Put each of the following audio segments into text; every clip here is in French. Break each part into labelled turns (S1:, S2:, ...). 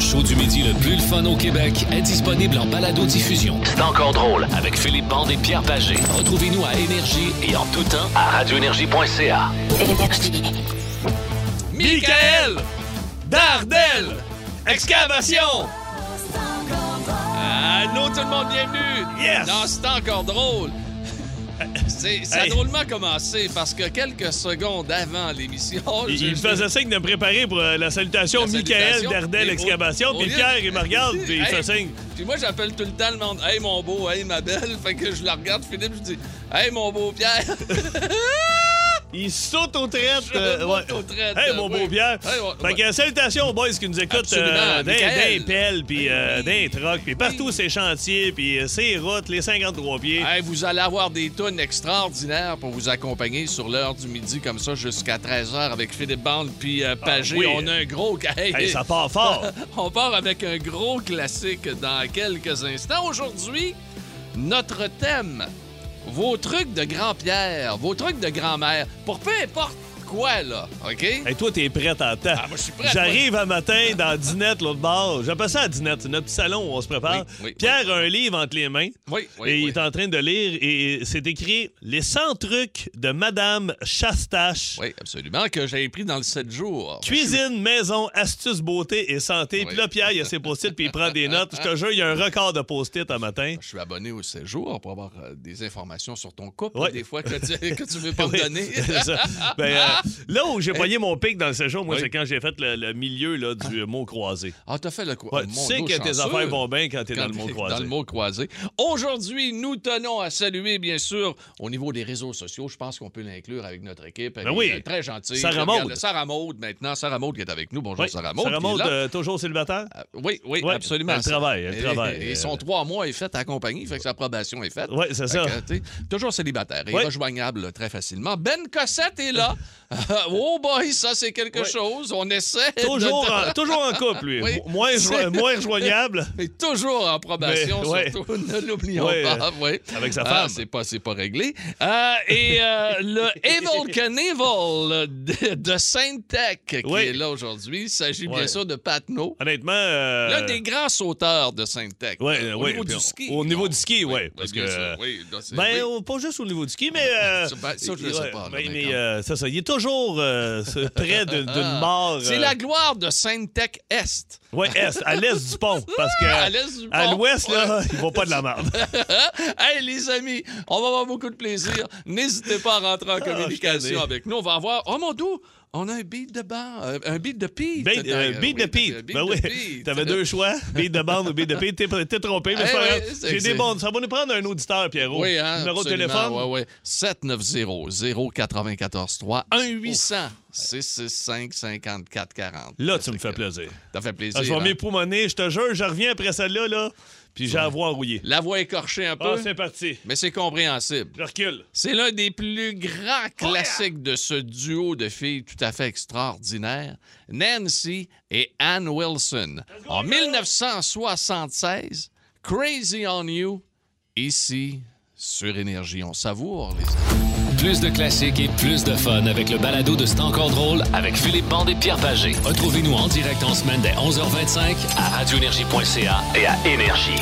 S1: show du midi le plus le fun au Québec est disponible en balado-diffusion. C'est encore drôle avec Philippe Bande et Pierre Pagé. Retrouvez-nous à Énergie et en tout temps à radioénergie.ca.
S2: Michael Dardel Excavation Allô tout le monde, bienvenue
S3: Yes!
S2: Non, c'est encore drôle C'est- Ça a
S3: Hey.
S2: drôlement commencé parce que quelques secondes avant l'émission,
S3: Il,
S2: je-
S3: il me faisait signe de me préparer pour euh, la salutation
S2: La
S3: Michael
S2: salutation.
S3: Dardel
S2: Et au-
S3: Excavation.
S2: au
S3: Puis
S2: lieu-
S3: Pierre, il me regarde, puis il
S2: Hey.
S3: fait signe.
S2: Puis moi, j'appelle tout le temps le monde Hey mon beau, hey ma belle. Fait que je la regarde, Philippe, je dis Hey mon beau Pierre.
S3: Il saute aux traites.
S2: Je
S3: euh,
S2: monte aux traites,
S3: Hey,
S2: euh,
S3: mon
S2: oui.
S3: beau Pierre.
S2: Hey, ouais,
S3: fait que salutations aux boys qui nous écoutent
S2: Absolument,
S3: euh, d'un
S2: Michael.
S3: d'un pelle, puis euh,
S2: Oui.
S3: d'un troc, puis partout ces chantiers, puis euh, ces routes, les 53 pieds.
S2: Hey, vous allez avoir des tonnes extraordinaires pour vous accompagner sur l'heure du midi comme ça jusqu'à 13h avec Philippe Bande puis euh, Pagé.
S3: Ah, oui.
S2: On a un gros hey,
S3: Hey, ça part fort.
S2: On part avec un gros classique dans quelques instants. Aujourd'hui, notre thème, vos trucs de grand-père, vos trucs de grand-mère, pour peu importe quoi, là, OK?
S3: Hey, toi, t'es prête en temps.
S2: Ah, moi, je suis prête,
S3: J'arrive un matin dans Dinette, l'autre bar. J'appelle ça la Dinette. C'est notre petit salon où on se prépare.
S2: Oui, oui,
S3: Pierre a un livre entre les mains.
S2: Oui, oui,
S3: et
S2: oui.
S3: il est en train de lire et c'est écrit Les 100 trucs de Madame Chastache.
S2: Oui, absolument, que j'avais pris dans le 7 jours.
S3: Cuisine, maison, astuces, beauté et santé.
S2: Oui.
S3: Puis là, Pierre, il a ses post-it puis il prend des notes. Je te jure, il y a un record de post-it un matin.
S2: Je suis abonné au séjour pour avoir euh, des informations sur ton couple,
S3: Ouais.
S2: des fois que tu ne veux pas
S3: Oui,
S2: me donner.
S3: c'est ça. Ben, euh, là où j'ai poigné mon pic dans le séjour, moi,
S2: Oui.
S3: c'est quand j'ai fait le, le milieu là, du euh, mot croisé.
S2: Ah, t'as fait le quoi?
S3: Ouais, tu sais que tes affaires vont bien quand t'es dans le mot croisé.
S2: Dans le mot croisé. Aujourd'hui, nous tenons à saluer, bien sûr, au niveau des réseaux sociaux, je pense qu'on peut l'inclure avec notre équipe. Elle
S3: Ben oui.
S2: est, euh, Très gentille.
S3: Sarah
S2: Regarde,
S3: Maude.
S2: Sarah Maude, maintenant. Sarah Maude qui est avec nous. Bonjour,
S3: Oui.
S2: Sarah Maude. qui est
S3: Maude,
S2: là.
S3: euh, toujours célibataire?
S2: Euh, Oui, oui,
S3: ouais,
S2: absolument.
S3: elle
S2: Ça-
S3: travaille, elle
S2: et-
S3: travaille.
S2: Et, son
S3: Euh,
S2: trois mois est fait à la compagnie, fait que sa probation est faite.
S3: Ouais, c'est
S2: Fait
S3: ça.
S2: que, tu sais, toujours célibataire et
S3: Ouais.
S2: rejoignable très facilement. Ben Cossette est là. oh boy, ça c'est quelque
S3: Ouais.
S2: chose. On essaie. de-
S3: Toujours en, toujours en couple, lui.
S2: Oui.
S3: Mo- Moins,
S2: C'est-
S3: jo- moins rejoignable.
S2: Mais toujours en probation,
S3: Mais, ouais.
S2: surtout, ne l'oublions
S3: Ouais,
S2: pas. ouais.
S3: avec sa
S2: Ah,
S3: femme.
S2: c'est pas, c'est pas réglé. Euh, et euh, le Evil Knievel de, de Sainte-Tech qui
S3: Oui.
S2: est là aujourd'hui. Il s'agit bien
S3: Ouais.
S2: sûr de Patno.
S3: Honnêtement. euh,
S2: L'un des grands sauteurs de Sainte-Tech.
S3: Ouais,
S2: euh,
S3: euh,
S2: au
S3: ouais,
S2: niveau
S3: puis
S2: du
S3: on-
S2: ski.
S3: au niveau
S2: Non,
S3: du ski, ouais, parce
S2: bien
S3: que-
S2: sûr, oui, là, c'est-
S3: Ben,
S2: oui.
S3: oh, pas juste au niveau du ski, mais. euh,
S2: Ça, ben, ça, je le sais
S3: ouais,
S2: pas, là,
S3: mais-
S2: mais
S3: mais,
S2: quand-
S3: euh, c'est ça. Il est toujours euh, ce- près de- d'une
S2: Ah.
S3: mort.
S2: C'est
S3: euh,
S2: la gloire de Sainte-Tech Est.
S3: Ouais, est, à l'est du pont. Parce que.
S2: À l'est du
S3: à
S2: pont,
S3: l'ouest, là, il va pas de la merde.
S2: Hein? hey, les amis, on va avoir beaucoup de plaisir. N'hésitez pas à
S3: Ah,
S2: rentrer en communication
S3: connais.
S2: avec nous. On va avoir. Oh mon dos! On a un beat de ban, euh, un beat de Pete.
S3: Beat,
S2: Dans- euh,
S3: euh, beat
S2: oui,
S3: de Pete.
S2: beat
S3: Ben
S2: de
S3: oui.
S2: Pete.
S3: T'avais deux choix, beat de bande ou beat de Pete. T'es t'es trompé, mais
S2: Eh
S3: c'est pas
S2: ouais,
S3: grave.
S2: c'est-
S3: J'ai des
S2: c'est-
S3: bons. Ça va nous prendre un auditeur, Pierrot.
S2: Oui, hein,
S3: Numéro de
S2: absolument.
S3: téléphone.
S2: Ouais, ouais. 790-094-3, 1-800-665-5440.
S3: Là, tu me fais plaisir.
S2: Ça fait plaisir.
S3: Ah, je vais
S2: hein?
S3: m'époumoner, je te jure, je reviens après celle-là, là, puis j'ai à voir rouillé.
S2: La voix écorchée un
S3: Ah,
S2: peu,
S3: c'est parti.
S2: mais c'est compréhensible.
S3: Je recule.
S2: C'est l'un des plus grands classiques de ce duo de filles tout à fait extraordinaire, Nancy et Ann Wilson. En 1976, Crazy on You, ici sur Énergie. On savoure, les amis.
S1: Plus de classiques et plus de fun avec le balado de C'est encore drôle avec Philippe Bande et Pierre Pagé. Retrouvez-nous en direct en semaine dès 11h25 à radioénergie.ca et à Énergie.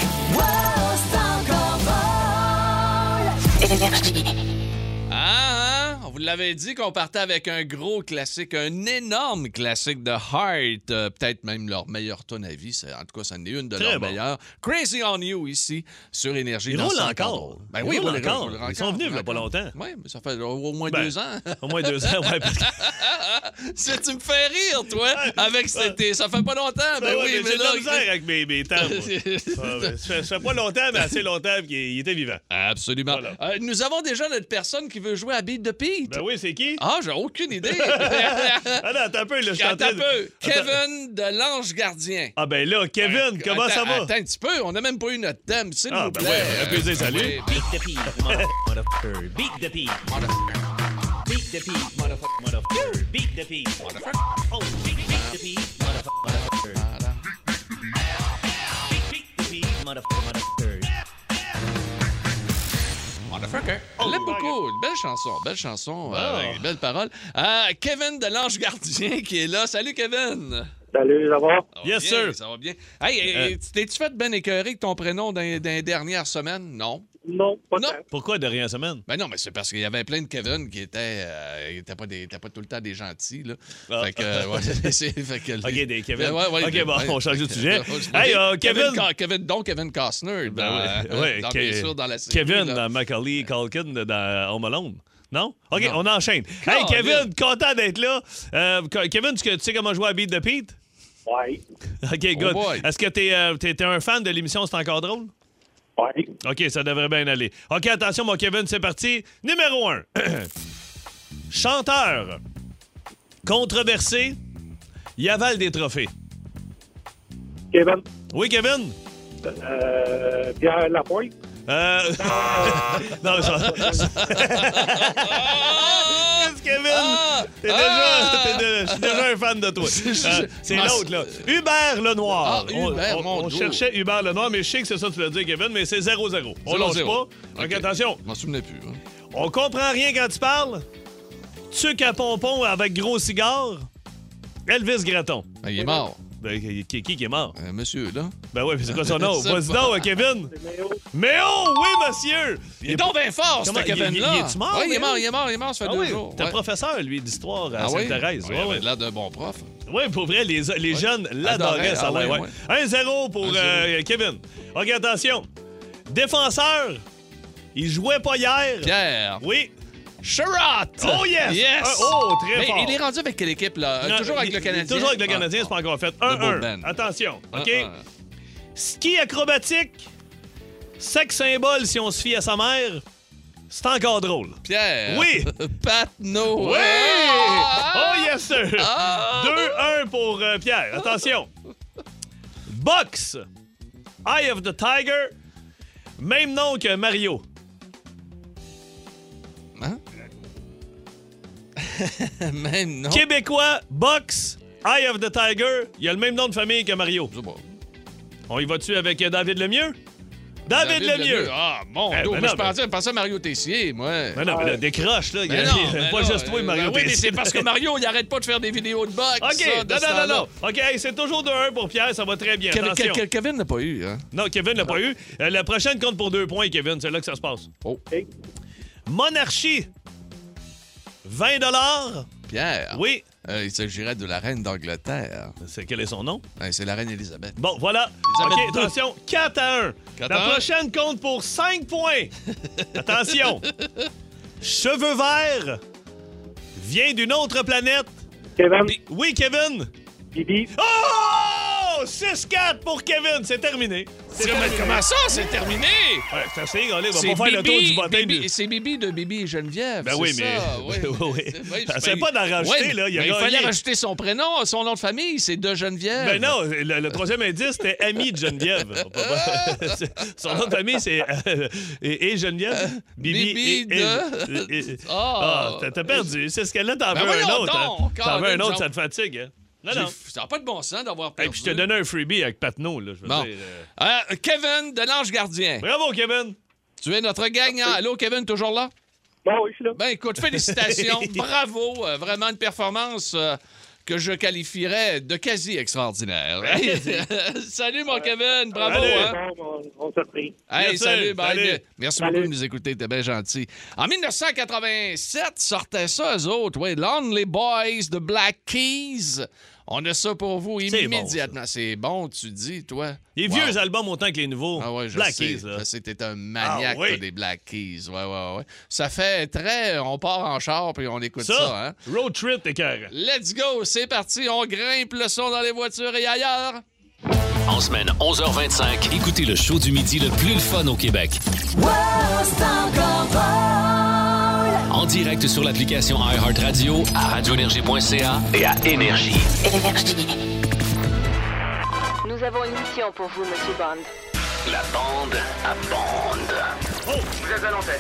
S2: Ah, ah, on vous l'avait dit qu'on partait avec un gros classique, un énorme classique de Heart. Euh, Peut-être même leur meilleure tonne à vie. C'est- En tout cas, ça en est une de
S3: Très
S2: leurs
S3: bon.
S2: meilleures. Crazy on You ici sur Énergie.
S3: Ils
S2: dans
S3: roulent
S2: Sans
S3: encore.
S2: Contrôle. Ben
S3: Ils
S2: oui,
S3: roulent
S2: oui,
S3: encore.
S2: roulent
S3: Ils sont venus il y a pas
S2: encore.
S3: longtemps.
S2: Oui, mais ça fait au au moins
S3: Ben,
S2: deux ans.
S3: Au moins deux ans, ouais. parce que-
S2: Ça, tu me fais rire, toi, avec cet. Ça fait pas longtemps. Ben,
S3: Ouais,
S2: oui,
S3: mais
S2: mais
S3: j'ai de la misère
S2: là.
S3: avec mes, mes temps, moi. Ah, ouais, ça, fait, ça fait pas longtemps, mais assez longtemps qu'il il était vivant.
S2: Absolument.
S3: Voilà.
S2: Euh, nous avons déjà notre personne qui veut jouer à Beat de Pete.
S3: Ben oui, c'est qui?
S2: Ah, j'ai aucune idée.
S3: Ah non, attends un peu, là, je suis en
S2: Attends
S3: train
S2: un
S3: de-
S2: peu.
S3: Attends.
S2: Kevin de l'Ange Gardien.
S3: Ah ben là, Kevin, comment
S2: Attends-
S3: ça va?
S2: Attends un petit peu, on n'a même pas eu notre thème, s'il
S3: Ah,
S2: vous
S3: ben
S2: plaît.
S3: ouais, on a pu dire salut.
S2: oui.
S4: Beat the pig, motherfucker. Beat the pig. Beat the pig, motherfucker. Motherfucker. Beat the pig. Motherfucker. Oh, beat, beat the pig, motherfucker. Motherfucker. Beat, beat the pig, motherfucker. Motherfucker.
S3: Oh
S2: Je hein? l'aime beaucoup. Belle chanson, belle chanson,
S3: Ah.
S2: euh, avec belle parole. Euh, Kevin de l'Ange Gardien qui est là. Salut, Kevin.
S5: Salut, ça
S2: Ça
S5: va?
S2: va
S3: Yes,
S2: bien,
S3: sir.
S2: Ça va bien. Hey,
S3: Euh.
S2: hey, tu t'es-tu fait ben écœurer avec ton prénom dans, dans les dernières semaines? Non.
S5: Non, pas
S2: Non.
S5: tant.
S3: Pourquoi de rien semaine?
S2: Ben non, mais c'est parce qu'il y avait plein de Kevin qui étaient, euh, étaient pas, des, étaient pas tout le temps des gentils. Là.
S3: Ah.
S2: Fait que, euh, ouais, c'est- fait que-
S3: OK, des Kevin.
S2: Ouais, ouais,
S3: OK,
S2: des-
S3: bon,
S2: ouais.
S3: on change de sujet.
S2: Ouais,
S3: hey, euh, Kevin!
S2: Ca- Kevin, donc Kevin Costner.
S3: Ben
S2: dans- euh,
S3: oui, ouais,
S2: hein, dans-
S3: Ke-
S2: bien sûr, dans la série,
S3: Kevin
S2: là.
S3: dans Macaulay Culkin de- dans Home Alone. Non? OK,
S2: Non.
S3: on enchaîne.
S2: Colin.
S3: Hey, Kevin, content d'être là. Euh, Ke- Kevin, est-ce que tu sais comment jouer à Beat the Pete?
S5: Ouais.
S3: OK, good.
S2: Oh boy.
S3: Est-ce que t'es euh, t'es- t'es un fan de l'émission C'est encore drôle?
S5: Ouais.
S3: OK, ça devrait bien aller. OK, attention, mon Kevin, c'est parti. Numéro 1. Chanteur. Controversé. Il avale des trophées.
S5: Kevin,
S3: Oui, Kevin?
S5: euh, Pierre Lapointe.
S3: Euh... non, ça... Yes, Kevin!
S2: Ah!
S3: T'es déjà,
S2: Ah!
S3: t'es de- je suis déjà un fan de toi. Euh, c'est
S2: Mas-
S3: l'autre, là. Hubert Lenoir.
S2: Ah,
S3: On-
S2: Hubert,
S3: on,
S2: mon
S3: on
S2: Dieu.
S3: cherchait Hubert Lenoir, mais je sais que c'est ça que tu l'as dit, Kevin, mais c'est 0-0. On lâche
S2: 0-0.
S3: pas. OK,
S2: OK.
S3: attention.
S2: Je m'en souvenais plus. hein.
S3: On comprend rien quand tu parles. Tuc à pompon avec gros cigare. Elvis Gratton.
S2: Ben, il est mort.
S3: Ben, qui, qui- qui est mort?
S2: Euh, monsieur, là.
S3: Ben ouais, puis c'est quoi son nom?
S2: Je sais
S3: Vas-y
S2: pas.
S3: donc, Kevin.
S5: Méo.
S3: Mais oh, oui, monsieur!
S2: Il est donc bien fort, ce
S3: Comment- il- il-
S2: Kevin-là.
S3: il est-tu mort,
S2: Ouais, il est
S3: Méo?
S2: mort, il est mort, il est mort, ça fait
S3: Ah
S2: deux
S3: oui,
S2: jours.
S3: t'es
S2: ouais.
S3: professeur, lui, d'histoire à
S2: Ah oui?
S3: Sainte-Thérèse.
S2: Ouais,
S3: Ouais,
S2: il
S3: ouais.
S2: avait l'air d'un bon prof.
S3: Oui, pour vrai, les, les jeunes l'adoraient,
S2: Adoraient,
S3: ça.
S2: ah
S3: ouais,
S2: ouais,
S3: ouais. 1-0 pour
S2: 1-0.
S3: euh, Kevin. OK, attention. Défenseur, il jouait pas hier.
S2: Pierre.
S3: Oui.
S2: Sherrod!
S3: Oh, yes!
S2: Yes!
S3: Un- oh, très
S2: Mais
S3: fort.
S2: il est rendu avec quelle équipe, là? Euh,
S3: Non,
S2: toujours avec
S3: il-
S2: le Canadien?
S3: Toujours avec le Canadien,
S2: Ah,
S3: c'est pas encore fait.
S2: Bourgman.
S3: 1-1. Attention,
S2: ah,
S3: OK?
S2: ah, ah.
S3: Ski acrobatique, sex symbole si on se fie à sa mère, c'est encore drôle.
S2: Pierre!
S3: Oui!
S2: Pat No!
S3: Oui!
S2: Ah!
S3: Oh, yes, sir! 2-1 pour euh, Pierre. Attention. Box. Eye of the Tiger. Même nom que Mario.
S2: Hein? Même non.
S3: Québécois, Box, Eye of the Tiger. Il a le même nom de famille que Mario.
S2: Je sais pas.
S3: On y va-tu avec euh, David Lemieux? David, Lemieux.
S2: Ah, mon Dieu!
S3: Eh, ben
S2: Moi,
S3: non,
S2: je pensais, je pensais à Mario Tessier, moi.
S3: Mais non, mais là, décroche, là. Il y a-
S2: Euh, Ben non, ben
S3: pas
S2: non,
S3: juste toi,
S2: euh,
S3: Mario.
S2: ben oui, mais
S3: Tessier.
S2: c'est parce que Mario, il arrête pas de faire des vidéos de boxe.
S3: OK,
S2: ça, de ce
S3: non, non,
S2: temps-là.
S3: non, non. OK, hey, c'est toujours 2-1 pour Pierre, ça va très bien.
S2: Kevin,
S3: Attention.
S2: Kevin- Kevin n'a pas eu, hein?
S3: Non, Kevin l'a pas eu. Euh, la prochaine compte pour deux points, Kevin. C'est là que ça se passe.
S5: Hey,
S3: Monarchie. 20 dollars.
S2: Pierre.
S3: Oui.
S2: Euh, il s'agirait de la reine d'Angleterre.
S3: C'est, quel est son nom?
S2: Ben, c'est la reine Elisabeth.
S3: Bon, voilà.
S2: Elisabeth
S3: OK,
S2: deux.
S3: attention. 4 à 1.
S2: Quatre
S3: la
S2: à un.
S3: prochaine compte pour 5 points. attention. Cheveux verts. Vient d'une autre planète.
S5: Kevin,
S3: Oui, Kevin.
S5: Bibi,
S3: Oh! 6-4 pour Kevin. C'est terminé. Ben, C'est terminé.
S2: Comment ça, c'est terminé?
S3: Ouais, c'est assez, on va pas faire le tour du bottin.
S2: Bibi-
S3: du-
S2: c'est Bibi de Bibi et Geneviève.
S3: Ben oui,
S2: c'est
S3: mais-
S2: ça,
S3: oui, oui.
S2: C'est- oui,
S3: Ça
S2: c'est
S3: serait pas d'en rajouter, là, il a
S2: mais il
S3: gagné.
S2: fallait rajouter son prénom, son nom de famille, c'est de Geneviève.
S3: Ben non, le, le troisième indice, c'était ami de Geneviève. On peut pas- Son nom de famille, c'est euh, et, et Geneviève. Bibi,
S2: Bibi
S3: et- et-
S2: de-
S3: et- et-
S2: Oh.
S3: Ah, t'as- t'as perdu. C'est ce qu'elle a, t'en
S2: Ben
S3: veux un
S2: voyons
S3: autre. hein.
S2: donc,
S3: T'en veux un
S2: Caroline,
S3: autre,
S2: j'en-
S3: ça te fatigue. hein. Non,
S2: J'ai-
S3: non.
S2: Ça n'a pas de bon sens d'avoir
S3: Et
S2: perdu.
S3: puis je te donnais un freebie avec Patnaud, là, je veux
S2: Bon.
S3: dire. euh.
S2: Euh, Kevin de l'Ange Gardien.
S3: Bravo, Kevin.
S2: Tu es notre gagnant. Allô, Kevin, toujours là?
S5: bon, oui, je suis là.
S2: Ben écoute, félicitations. Bravo. euh, vraiment une performance euh, que je qualifierais de quasi extraordinaire.
S3: Ben,
S2: Salut, mon Kevin. Bravo.
S3: Allez.
S2: hein.
S5: Bon, on, on se prie.
S2: Hey,
S3: Yes, sir.
S2: salut, bye.
S3: Salut.
S2: Merci
S5: Salut.
S2: beaucoup de nous écouter, t'es bien gentil. En 1987, sortaient ça, eux autres, ouais, Lonely Boys de Black Keys. On a ça pour vous
S3: C'est bon,
S2: immédiatement. C'est bon, tu dis, toi.
S3: Les
S2: Wow.
S3: vieux albums autant que les nouveaux.
S2: Ah ouais, je
S3: Black
S2: sais.
S3: Keys, là.
S2: Je sais, t'es un maniaque
S3: Ah oui.
S2: toi, des Black Keys. Ouais, ouais, ouais. Ça fait très. On part en char puis on écoute ça,
S3: Ça,
S2: hein?
S3: Road Trip, t'es carré.
S2: Let's go, c'est parti, on grimpe le son dans les voitures et ailleurs.
S1: En semaine 11h25, écoutez le show du midi le plus le fun au Québec. En direct sur l'application iHeartRadio, à radioénergie.ca et à Énergie.
S6: Énergie. Nous avons une mission pour vous, Monsieur Bond.
S1: La bande à bande.
S6: Vous êtes à l'antenne.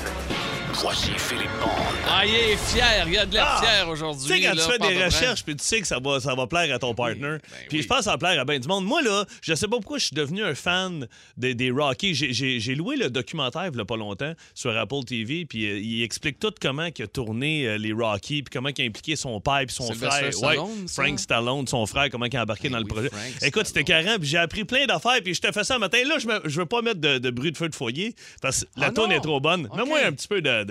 S1: Voici Philippe Bond.
S2: Ah, il est fier. Il a de l'air
S3: Ah!
S2: fier
S3: Tu
S2: aujourd'hui.
S3: sais, quand
S2: là,
S3: tu fais
S2: pas à peu
S3: des
S2: près.
S3: recherches, puis tu sais que ça va, ça va plaire à ton partner.
S2: ben
S3: puis
S2: oui.
S3: je pense que ça va plaire à bien du monde. Moi, là, je sais pas pourquoi je suis devenu un fan des, des Rockies. J'ai- J'ai j'ai loué le documentaire, il y a pas longtemps, sur Apple TV, puis euh, il explique tout comment il a tourné euh, les Rockies, puis comment il a impliqué son père, puis son
S2: C'est
S3: frère.
S2: Sylvester Stallone, ça?
S3: Frank Stallone, son frère, comment il a embarqué
S2: Ben
S3: dans le
S2: oui,
S3: projet.
S2: Frank
S3: Écoute, c'était
S2: Stallone.
S3: carrément, puis j'ai appris plein d'affaires, puis je te fais ça un matin. Là, je, me- je veux pas mettre de, de bruit de feu de foyer, parce que la
S2: Ah
S3: tourne
S2: non!
S3: est trop bonne.
S2: Ok.
S3: Mets-moi un petit peu de, de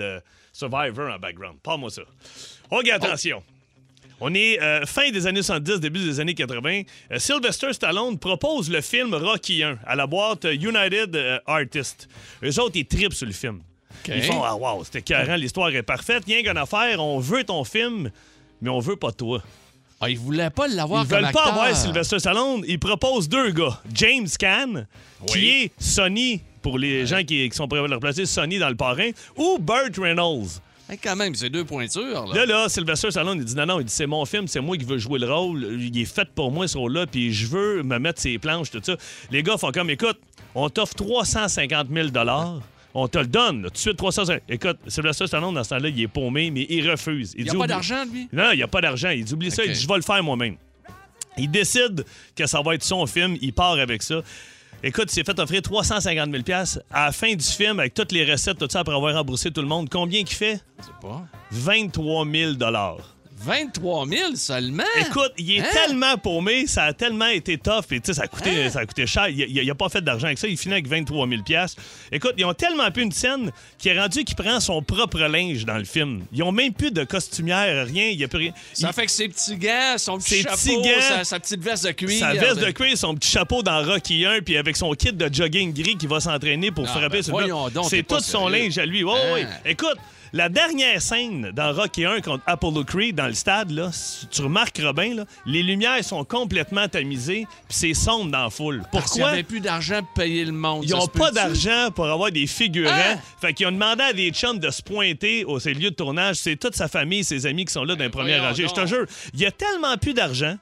S3: Survivor en background. Pas moi ça. OK, attention. On est euh, fin des années 70, début des années 80. Euh, Sylvester Stallone propose le film Rocky 1 à la boîte euh, United euh, Artists. Eux autres, ils tripent sur le film.
S2: OK.
S3: Ils font Ah, wow, c'était carré, l'histoire est parfaite. Rien qu'en affaire, on veut ton film, mais on veut pas toi.
S2: Ah, ils voulaient pas l'avoir
S3: Ils
S2: comme
S3: veulent pas
S2: acteur.
S3: avoir Sylvester Stallone. Ils proposent deux gars. James Caan, qui est Sony, pour les gens qui, qui sont prêts à le replacer, Sony dans le parrain, ou Burt Reynolds.
S2: Hey, quand même, c'est deux pointures. Là.
S3: Là, là, Sylvester Stallone, il dit non, non, il dit c'est mon film, c'est moi qui veux jouer le rôle, il est fait pour moi ce rôle-là, puis je veux me mettre ses planches, tout ça. Les gars font comme, écoute, on t'offre 350 000 on te le donne, là, tout de suite 350 Écoute, Sylvester Stallone, dans ce temps-là, il est paumé, mais il refuse.
S2: Il n'y a
S3: dit,
S2: pas
S3: Oublie-
S2: d'argent, lui.
S3: Non, non, il n'y a pas d'argent. Il dit, oublie ça, il
S2: Ok.
S3: dit, je vais le faire moi-même. Il décide que ça va être son film, il part avec ça. Écoute, il s'est fait offrir 350 000 à la fin du film, avec toutes les recettes, tout ça, après avoir remboursé tout le monde. Combien qu'il fait?
S2: Je sais pas.
S3: 23 000
S2: 23 000 seulement.
S3: Écoute, il est
S2: Hein?
S3: tellement paumé, ça a tellement été tough, puis tu sais, ça a coûté, ça a coûté cher. Il, il- il a pas fait d'argent avec ça, il finit avec 23 000 Écoute, ils ont tellement pu une scène qui est rendu qu'il prend son propre linge dans le film. Ils ont même plus de costumière, rien, il y a plus rien.
S2: Ça
S3: Il-
S2: fait que ses petits gants, son petit
S3: Ses
S2: chapeau,
S3: petits gants.
S2: sa, sa petite veste de cuir. ben,
S3: sa veste de cuir, son petit chapeau dans Rocky 1, puis avec son kit de jogging gris qui va s'entraîner pour
S2: Ah,
S3: frapper
S2: ben
S3: sur le
S2: voyons
S3: gars.
S2: donc,
S3: C'est
S2: t'es pas
S3: tout son
S2: sérieux.
S3: linge à lui. Ouais,
S2: Ah.
S3: ouais. Écoute, la dernière scène dans Rocky 1 contre Apollo Creed dans le stade, là, si tu remarques Robin, là, les lumières sont complètement tamisées, puis c'est sombre dans la foule.
S2: Parce qu'il n'y
S3: Pourquoi?
S2: avait plus d'argent pour payer le monde.
S3: Ils
S2: ça
S3: n'ont
S2: se
S3: pas
S2: peut-tu?
S3: d'argent pour avoir des figurants.
S2: Ah!
S3: Fait qu'ils ont demandé à des chums de se pointer au ces lieux de tournage. C'est toute sa famille, ses amis qui sont là dans les premières
S2: Ben, voyons
S3: rangées. Je te
S2: donc.
S3: jure, il y a tellement plus d'argent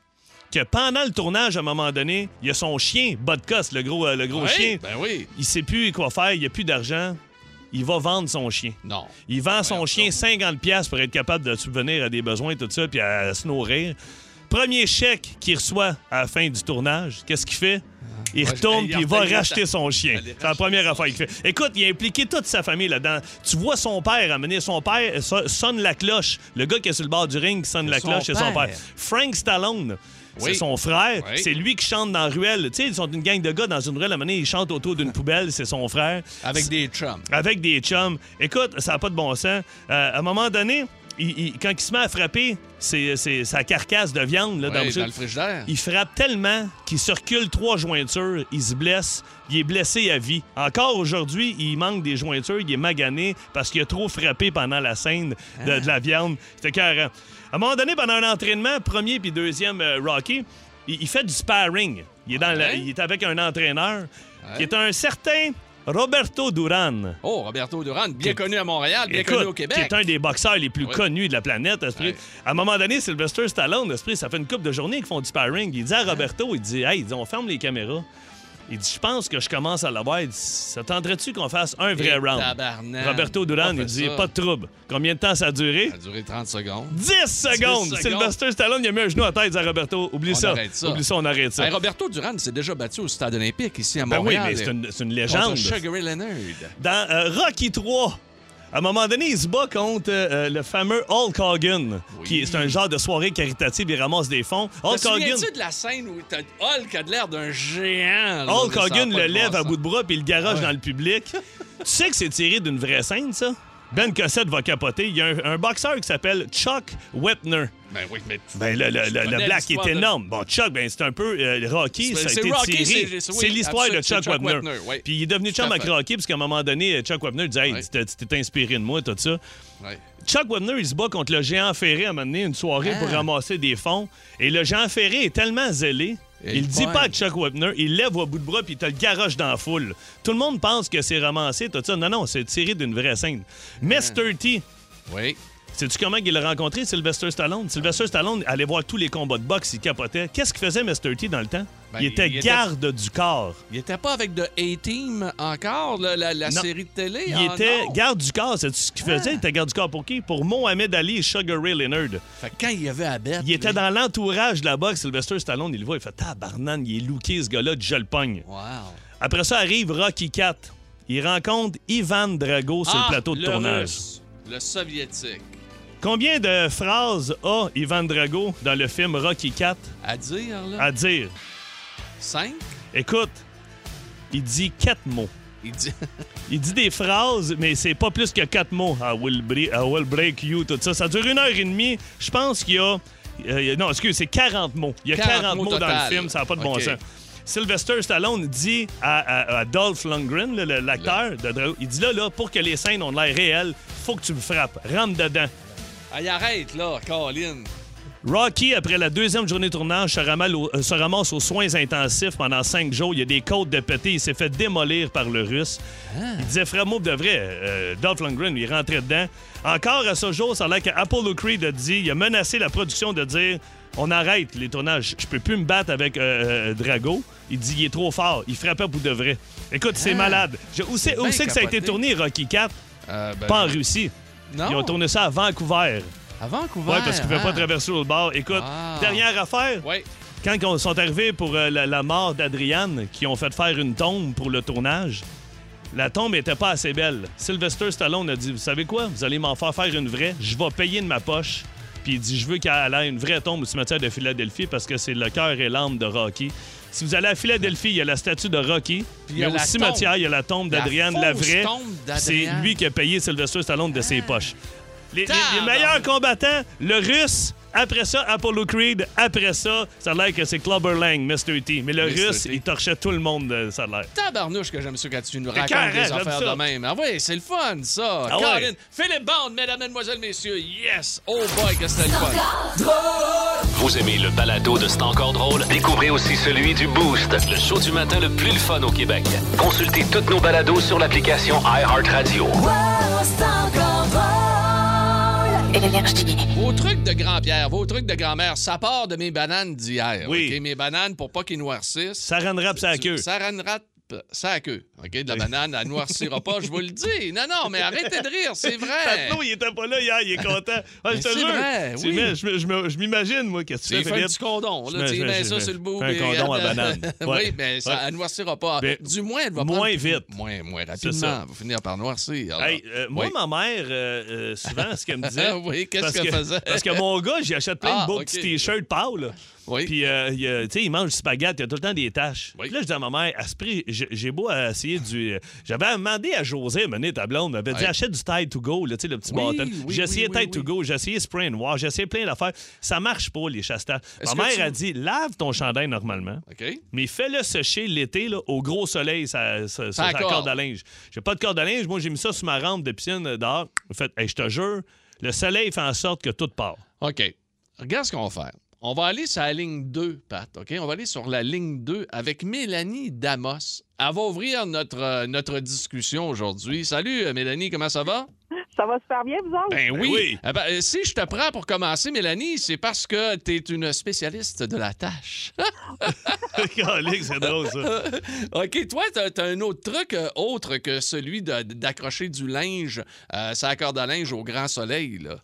S3: que pendant le tournage, à un moment donné, il y a son chien, Bodkos, le gros, euh, le gros
S2: Oui,
S3: chien.
S2: Ben oui.
S3: Il sait plus quoi faire, il n'y a plus d'argent. Il va vendre son chien.
S2: Non.
S3: Il vend son
S2: Voyons
S3: chien
S2: donc.
S3: 50 pièces pour être capable de subvenir à des besoins et tout ça, puis à se nourrir. Premier chèque qu'il reçoit à la fin du tournage, qu'est-ce qu'il fait? Il
S2: Ouais,
S3: retourne
S2: Ah. il
S3: puis il va
S2: retourne
S3: racheter
S2: ta-
S3: son chien.
S2: Allez,
S3: C'est la première affaire qu'il fait. Écoute, il a impliqué toute sa famille là-dedans. Tu vois son père amener son père, euh, so- sonne la cloche. Le gars qui est sur le bord du ring qui sonne la
S2: Son
S3: cloche, c'est son
S2: père.
S3: père. Frank Stallone. C'est
S2: Oui.
S3: son frère,
S2: Oui.
S3: c'est lui qui chante dans la ruelle. Tu sais, ils sont une gang de gars dans une ruelle. À un moment donné, ils chantent autour d'une poubelle, c'est son frère
S2: Avec des chums.
S3: avec des chums. Écoute, ça n'a pas de bon sens. Euh, à un moment donné, il- il- quand il se met à frapper c'est sa carcasse de viande là,
S2: Oui,
S3: dans le
S2: dans le
S3: truc,
S2: frigidaire.
S3: il frappe tellement qu'il circule trois jointures, il se blesse, il est blessé à vie. Encore aujourd'hui, il manque des jointures, il est magané parce qu'il a trop frappé pendant la scène de,
S2: Hein?
S3: de la viande. C'était carré. À un moment donné, pendant un entraînement, premier puis deuxième euh, Rocky, il, il fait du sparring. Il est, dans la-
S2: Ouais.
S3: il est avec un entraîneur
S2: Ouais.
S3: qui est un certain Roberto Duran.
S2: Oh, Roberto Duran, bien connu à Montréal, bien
S3: Écoute,
S2: connu au Québec.
S3: Qui est un des boxeurs les plus
S2: Oui.
S3: connus de la planète. à ce prix.
S2: Ouais.
S3: À un moment donné, Sylvester Stallone, à ce prix, ça fait une couple de journées qu'ils font du sparring. Il dit
S2: Hein?
S3: à Roberto, il dit Hey, il dit, on ferme les caméras. Il dit Je pense que je commence à l'avoir. Il dit Ça tenterait-tu qu'on fasse un vrai
S2: Et
S3: round
S2: Eh, tabarnak.
S3: Roberto Duran,
S2: On fait
S3: il dit
S2: ça.
S3: Pas de trouble. Combien de temps ça a duré
S2: Ça a duré 30 secondes.
S3: 10 secondes.
S2: secondes.
S3: Sylvester Stallone, il a mis un genou à tête, il dit à Roberto Oublie
S2: On
S3: ça.
S2: arrête ça.
S3: Oublie ça, on arrête ça.
S2: Hey, Roberto Duran s'est déjà battu au stade olympique ici à
S3: ben oui,
S2: Montréal.
S3: mais c'est une, c'est une
S2: Contre
S3: légende.
S2: Sugar Ray Leonard.
S3: dans euh, Rocky 3. À un moment donné, il se bat contre euh, le fameux Hulk Hogan,
S2: Oui.
S3: qui est c'est un genre de soirée caritative, il ramasse des fonds. Hulk
S2: Te
S3: Hogan,
S2: souviens-tu de la scène où t'as Hulk a de l'air d'un géant? là,
S3: Hulk
S2: ça a
S3: Hogan
S2: pas
S3: le
S2: bon
S3: lève à
S2: sens.
S3: bout de bras puis il le garoche dans le public. tu sais que c'est tiré d'une vraie scène, ça? Ben Cossette va capoter. Il y a un, un boxeur qui s'appelle Chuck Wepner.
S2: Ben oui, mais...
S3: Ben, le, le- le- le
S2: connais
S3: black est
S2: l'histoire de-
S3: énorme. Bon, Chuck, ben, c'est un peu euh,
S2: C'est-
S3: Rocky. ça a
S2: c'est
S3: été
S2: Rocky,
S3: tiré.
S2: c'est- oui,
S3: C'est l'histoire de
S2: absolument,
S3: Chuck,
S2: c'est Chuck
S3: Webner.
S2: Webner, oui.
S3: Puis il est devenu
S2: Tout à
S3: chum avec
S2: fait.
S3: Rocky, parce qu'à un moment donné, Chuck Webner disait Hey,
S2: Ouais.
S3: tu t'es- tu t'es inspiré de moi, tout ça.
S2: Ouais.
S3: Chuck Webner, il se bat contre le géant ferré à un moment donné, une soirée pour
S2: Ah.
S3: ramasser des fonds. Et le géant ferré est tellement zélé.
S2: Et
S3: il
S2: il
S3: dit
S2: pogne.
S3: pas à Chuck Webner, il lève au bout de bras puis il te le garoche dans la foule. Tout le monde pense que c'est romancé, tout ça. Non, non, c'est tiré d'une vraie scène.
S2: Ah.
S3: Mr. T,
S2: Oui.
S3: Sais-tu comment il l'a rencontré, Sylvester Stallone? Sylvester Stallone allait voir tous les combats de boxe, il capotait. Qu'est-ce qu'il faisait, Mr. T, dans le temps?
S2: Ben,
S3: il était
S2: il était-
S3: garde du corps.
S2: Il était pas avec de A-Team encore, là, la, la
S3: Non.
S2: série de télé?
S3: Il
S2: Ah,
S3: était
S2: non. Ah.
S3: garde du corps. C'est ce qu'il faisait. Il était garde du corps pour qui? Pour Mohamed Ali et Sugar Ray Leonard.
S2: Fait que quand il y avait à bête.
S3: Il était dans l'entourage de la boxe. Sylvester Stallone, il le voit. Il fait Tabarnan, il est looké, ce gars-là, je le pogne.
S2: Wow.
S3: Après ça arrive Rocky 4. Il rencontre Ivan Drago sur
S2: Ah,
S3: le plateau de tournage.
S2: Russe, le soviétique.
S3: Combien de phrases a Ivan Drago dans le film Rocky 4
S2: À dire, là.
S3: à dire?
S2: Cinq?
S3: Écoute, il dit quatre mots.
S2: Il dit.
S3: Il dit des phrases, mais c'est pas plus que quatre mots. I will, bre- I will break you, tout ça. Ça dure une heure et demie. Je pense qu'il y a. euh, non, excuse, c'est 40 mots. Il y a 40,
S2: 40
S3: mots
S2: mots
S3: dans
S2: total.
S3: le film, ça n'a pas de bon
S2: OK.
S3: sens. Sylvester Stallone dit à, à- à Dolph Lundgren, le- le- l'acteur de Drago, il dit là, là, pour que les scènes ont de l'air réelles, faut que tu me frappes. Rentre dedans.
S2: Ah, il arrête, là, Colin.
S3: Rocky, après la deuxième journée de tournage, se ramasse, au- euh, se ramasse aux soins intensifs pendant cinq jours. Il y a des côtes de pété. Il s'est fait démolir par le Russe.
S2: Ah.
S3: Il disait, frère, moi, de vrai, euh, Dolph Lundgren, il rentrait dedans. Encore à ce jour, ça a l'air qu'Apollo Creed a dit, il a menacé la production de dire, on arrête les tournages. Je peux plus me battre avec euh, euh, Drago. Il dit, il est trop fort. Il frappait pour de vrai. Écoute, c'est malade. Je- où c'est
S2: Ah. C'est
S3: où
S2: bien
S3: c'est que ça a été
S2: capoté.
S3: tourné, Rocky 4?
S2: Euh, oh. ben,
S3: Pas en Russie.
S2: Non.
S3: Ils ont tourné ça à Vancouver.
S2: À Vancouver.
S3: Ouais, parce qu'ils ne pouvaient
S2: hein?
S3: pas traverser l'autre bord. Écoute,
S2: Ah.
S3: dernière affaire.
S2: Ouais.
S3: Quand ils sont arrivés pour euh, la, la mort d'Adriane, qui ont fait faire une tombe pour le tournage, la tombe était pas assez belle. Sylvester Stallone a dit Vous savez quoi Vous allez m'en faire faire une vraie. Je vais payer de ma poche. Puis il dit Je veux qu'elle ait une vraie tombe au cimetière de Philadelphie parce que c'est le cœur et l'âme de Rocky. Si vous allez à Philadelphie, il y a la statue de Rocky. Puis
S2: il y a
S3: au
S2: la
S3: cimetière,
S2: tombe.
S3: il y a la tombe
S2: La
S3: d'Adriane, la,
S2: fausse
S3: vraie.
S2: tombe
S3: C'est
S2: d'Adriane. Ah.
S3: lui qui a payé Sylvester Stallone de ses poches. Les, les- les
S2: Tabarnak.
S3: meilleurs combattants, le russe, après ça, Apollo Creed, après ça, ça a l'air que c'est Clubber Lang, Mr. T. Mais le
S2: Mr.
S3: russe,
S2: E T.
S3: il torchait tout le monde, euh, ça a l'air.
S2: Tabarnouche que j'aime ça quand tu nous racontes
S3: carré,
S2: des
S3: j'aime
S2: affaires
S3: ça.
S2: de même. Ah ouais, c'est le fun, ça.
S3: Ah ouais.
S2: Colin, Philippe Bond, mesdames, mesdemoiselles, messieurs. Yes! Oh boy, que c'était le fun.
S1: Vous aimez le balado de C'est encore drôle? Découvrez aussi celui du Boost, le show du matin le plus le fun au Québec. Consultez toutes nos balados sur l'application iHeartRadio.
S6: Énergie.
S2: Vos trucs de grand-père, vos trucs de grand-mère, ça part de mes bananes d'hier.
S3: Oui.
S2: OK? Mes bananes pour pas qu'ils noircissent.
S3: Ça rendra sa
S2: Tu-
S3: queue.
S2: Ça rend rate- ça à queue. OK? De la banane, elle noircira pas, je vous le dis. Non, non, mais arrêtez de rire, c'est vrai.
S3: Patnaud, il était pas là hier, il est content. Ouais, je
S2: Mais
S3: te
S2: c'est
S3: jure.
S2: vrai,
S3: Tu
S2: oui.
S3: mets- je me- je me- je m'imagine, moi, qu'est-ce que
S2: C'est
S3: tu fais,
S2: fait
S3: Philippe?
S2: du condom. Là,
S3: Je
S2: tu
S3: me-
S2: sais, mets
S3: je-
S2: ça
S3: je-
S2: sur le bout.
S3: fais un
S2: puis
S3: condom
S2: regarde,
S3: à banane.
S2: oui,
S3: Ouais.
S2: mais ça
S3: Ouais.
S2: ne noircira pas.
S3: Ben,
S2: du moins, elle va
S3: moins
S2: prendre-
S3: vite.
S2: Moins, moins
S3: C'est ça.
S2: rapidement. Elle va finir par noircir.
S3: Hey, euh, moi,
S2: Oui.
S3: ma mère, euh, euh, souvent, ce qu'elle me disait.
S2: Oui, qu'est-ce
S3: parce
S2: qu'elle faisait?
S3: Parce que mon gars, j'y achète plein
S2: Ah,
S3: de beaux
S2: ok.
S3: petits t-shirts pâles.
S2: Oui.
S3: Puis, euh, il, euh, tu sais, il mange du spaghetti, il y a tout le temps des taches.
S2: Oui.
S3: Puis là, je dis à ma mère, à ce prix, j'ai j'ai beau euh, essayer du. euh, J'avais demandé à José, mener ta blonde, m'avait dit,
S2: Oui.
S3: achète du Tide to Go, là, tu sais, le petit
S2: Oui,
S3: bâton.
S2: oui,
S3: j'ai essayé
S2: oui,
S3: Tide
S2: oui,
S3: to
S2: oui.
S3: Go, j'ai essayé Spray and Wash, j'ai essayé plein d'affaires. Ça marche pas, les chastants.
S2: Est-ce
S3: Ma
S2: que
S3: mère
S2: tu-
S3: a dit, lave ton chandail normalement.
S2: OK?
S3: Mais fais-le sécher l'été là, au gros soleil, ça, ça, ça,
S2: Sans
S3: ça
S2: corde.
S3: corde à linge. J'ai pas de corde à linge. Moi, j'ai mis ça sur ma rampe de piscine euh, dehors. En fait, hey, je te jure, le soleil fait en sorte que tout part.
S2: OK. Regarde ce qu'on va faire. On va aller sur la ligne 2, Pat, OK? On va aller sur la ligne 2 avec Mélanie Damos. Elle va ouvrir notre, euh, notre discussion aujourd'hui. Salut, euh, Mélanie, comment ça va?
S7: Ça va super bien, vous autres?
S2: Ben
S3: oui.
S2: Eh ben, euh, si je te prends pour commencer, Mélanie, c'est parce que tu es une spécialiste de la tâche.
S3: Calique, c'est drôle, ça.
S2: OK, toi, t'as as un autre truc euh, autre que celui de- d'accrocher du linge, euh, sa corde à linge au grand soleil, là.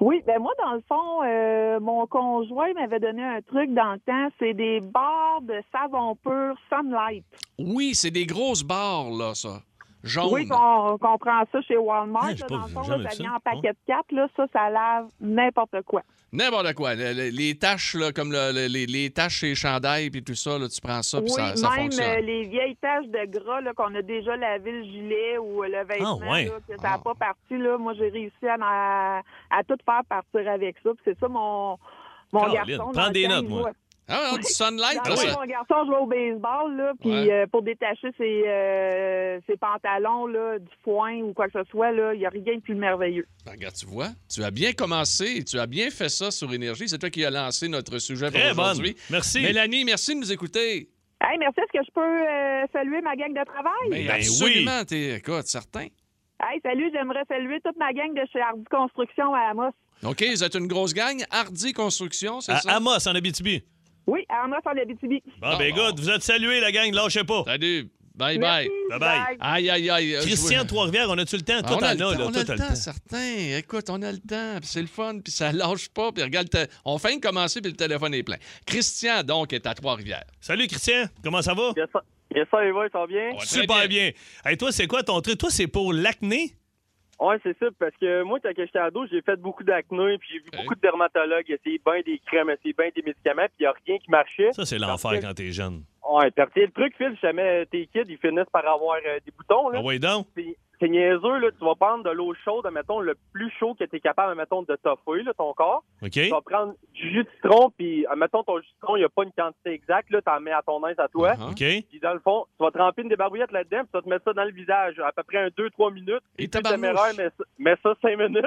S7: Oui, ben moi, dans le fond, euh, mon conjoint m'avait donné un truc dans le temps. C'est des barres de savon pur Sunlight.
S2: Oui, c'est des grosses barres, là, ça. Jaune.
S7: Oui, qu'on qu'on prend ça chez Walmart.
S3: Ah Ouais, j'ai
S7: là,
S3: pas
S7: dans le
S3: vu,
S7: fond,
S3: jamais
S7: là, ça
S3: vu
S7: vient
S3: ça. Ah.
S7: en paquet de quatre. Là, ça, ça lave n'importe quoi.
S2: N'importe quoi. Le- le- les taches, là, comme le- le- les, les taches chez les chandails, puis tout ça, là, tu prends
S3: Ah,
S2: ça, puis
S7: oui,
S2: ça, ça
S7: même euh,
S2: fonctionne.
S7: les vieilles taches de gras là, qu'on a déjà lavé le gilet ou le vêtement,
S3: Ah, ouais.
S7: là, que ça n'a
S2: Ah.
S7: pas parti, là, moi, j'ai réussi à, à, à tout faire partir avec ça. Puis c'est ça, mon, mon
S3: Caroline,
S7: garçon.
S3: prends
S7: dans le
S3: des
S7: temps,
S3: notes,
S7: il
S3: moi.
S7: voit-
S2: Ah, non, du sunlight, là,
S7: Dans le fond,
S2: ça.
S7: Mon garçon joue au baseball, là, puis
S2: Ouais.
S7: euh, pour détacher ses, euh, ses pantalons là, du foin ou quoi que ce soit, là, il n'y a rien de plus merveilleux.
S2: Ben, regarde, tu vois, tu as bien commencé, tu as bien fait ça sur Énergie. C'est toi qui as lancé notre sujet pour
S3: Très bonne.
S2: aujourd'hui.
S3: Merci.
S2: Mélanie, merci de nous écouter.
S7: Hey, merci. Est-ce que je peux euh, saluer ma gang de travail?
S2: Ben,
S3: Ben oui.
S2: absolument, t'es écoute, certain.
S7: Hey, salut, j'aimerais saluer toute ma gang de chez Hardy Construction à Amos.
S2: OK, vous êtes une grosse gang. Hardy Construction, c'est
S3: à
S2: ça?
S3: Amos, en Abitibi.
S7: Oui, à Amras en Abitibi.
S3: Bon,
S2: Ah,
S3: ben
S2: bon.
S3: good, vous êtes salués, la gang, lâchez pas.
S2: Salut. Bye bye.
S7: Merci,
S3: Bye-bye.
S7: bye.
S2: Aïe, aïe, aïe. euh,
S3: Christian
S2: je-
S3: Trois-Rivières, on a-tu le temps?
S2: Ah,
S3: Toi,
S2: on
S3: t'en
S2: a
S3: as,
S2: le temps,
S3: là.
S2: on
S3: Toi,
S2: a
S3: t'as
S2: le temps, certain. Écoute, on a le temps, puis c'est le fun, puis ça lâche pas, puis regarde, le te- on fait de commencer, puis le téléphone est plein. Christian, donc, est à Trois-Rivières.
S3: Salut, Christian, comment ça va?
S5: Yes, sir. Yes, sir, les boys, ça va bien?
S2: Ouais, très
S3: Super bien. Hey, toi, c'est quoi ton truc? Toi, c'est pour l'acné?
S5: Ouais, c'est ça, parce que moi, quand j'étais ado, j'ai fait beaucoup d'acné, puis j'ai vu
S2: Hey.
S5: beaucoup de dermatologues essayer bien des crèmes, essayer bien des médicaments, puis il n'y a rien qui marchait.
S3: Ça, c'est l'enfer quand t'es jeune.
S5: Ouais, puis tu sais, le truc, Phil, jamais tes kids, ils finissent par avoir euh, des boutons, là.
S3: Ah oui, donc?
S5: C'est- C'est niaiseux, là. Tu vas prendre de l'eau chaude, mettons, le plus chaud que tu es capable, mettons, de toffer, là, ton corps.
S3: OK?
S5: Tu vas prendre du jus de citron, puis, mettons, ton jus de citron, il n'y a pas une quantité exacte, là. T'en mets à ton aise à toi.
S2: Ah.
S3: OK?
S5: Puis dans le fond, tu vas tremper une débarbouillette là-dedans, puis tu vas te mettre ça dans le visage à peu près un 2-3 minutes.
S2: Et
S5: Plus
S2: tabarnouche.
S5: mais, ça- mais ça 5 minutes.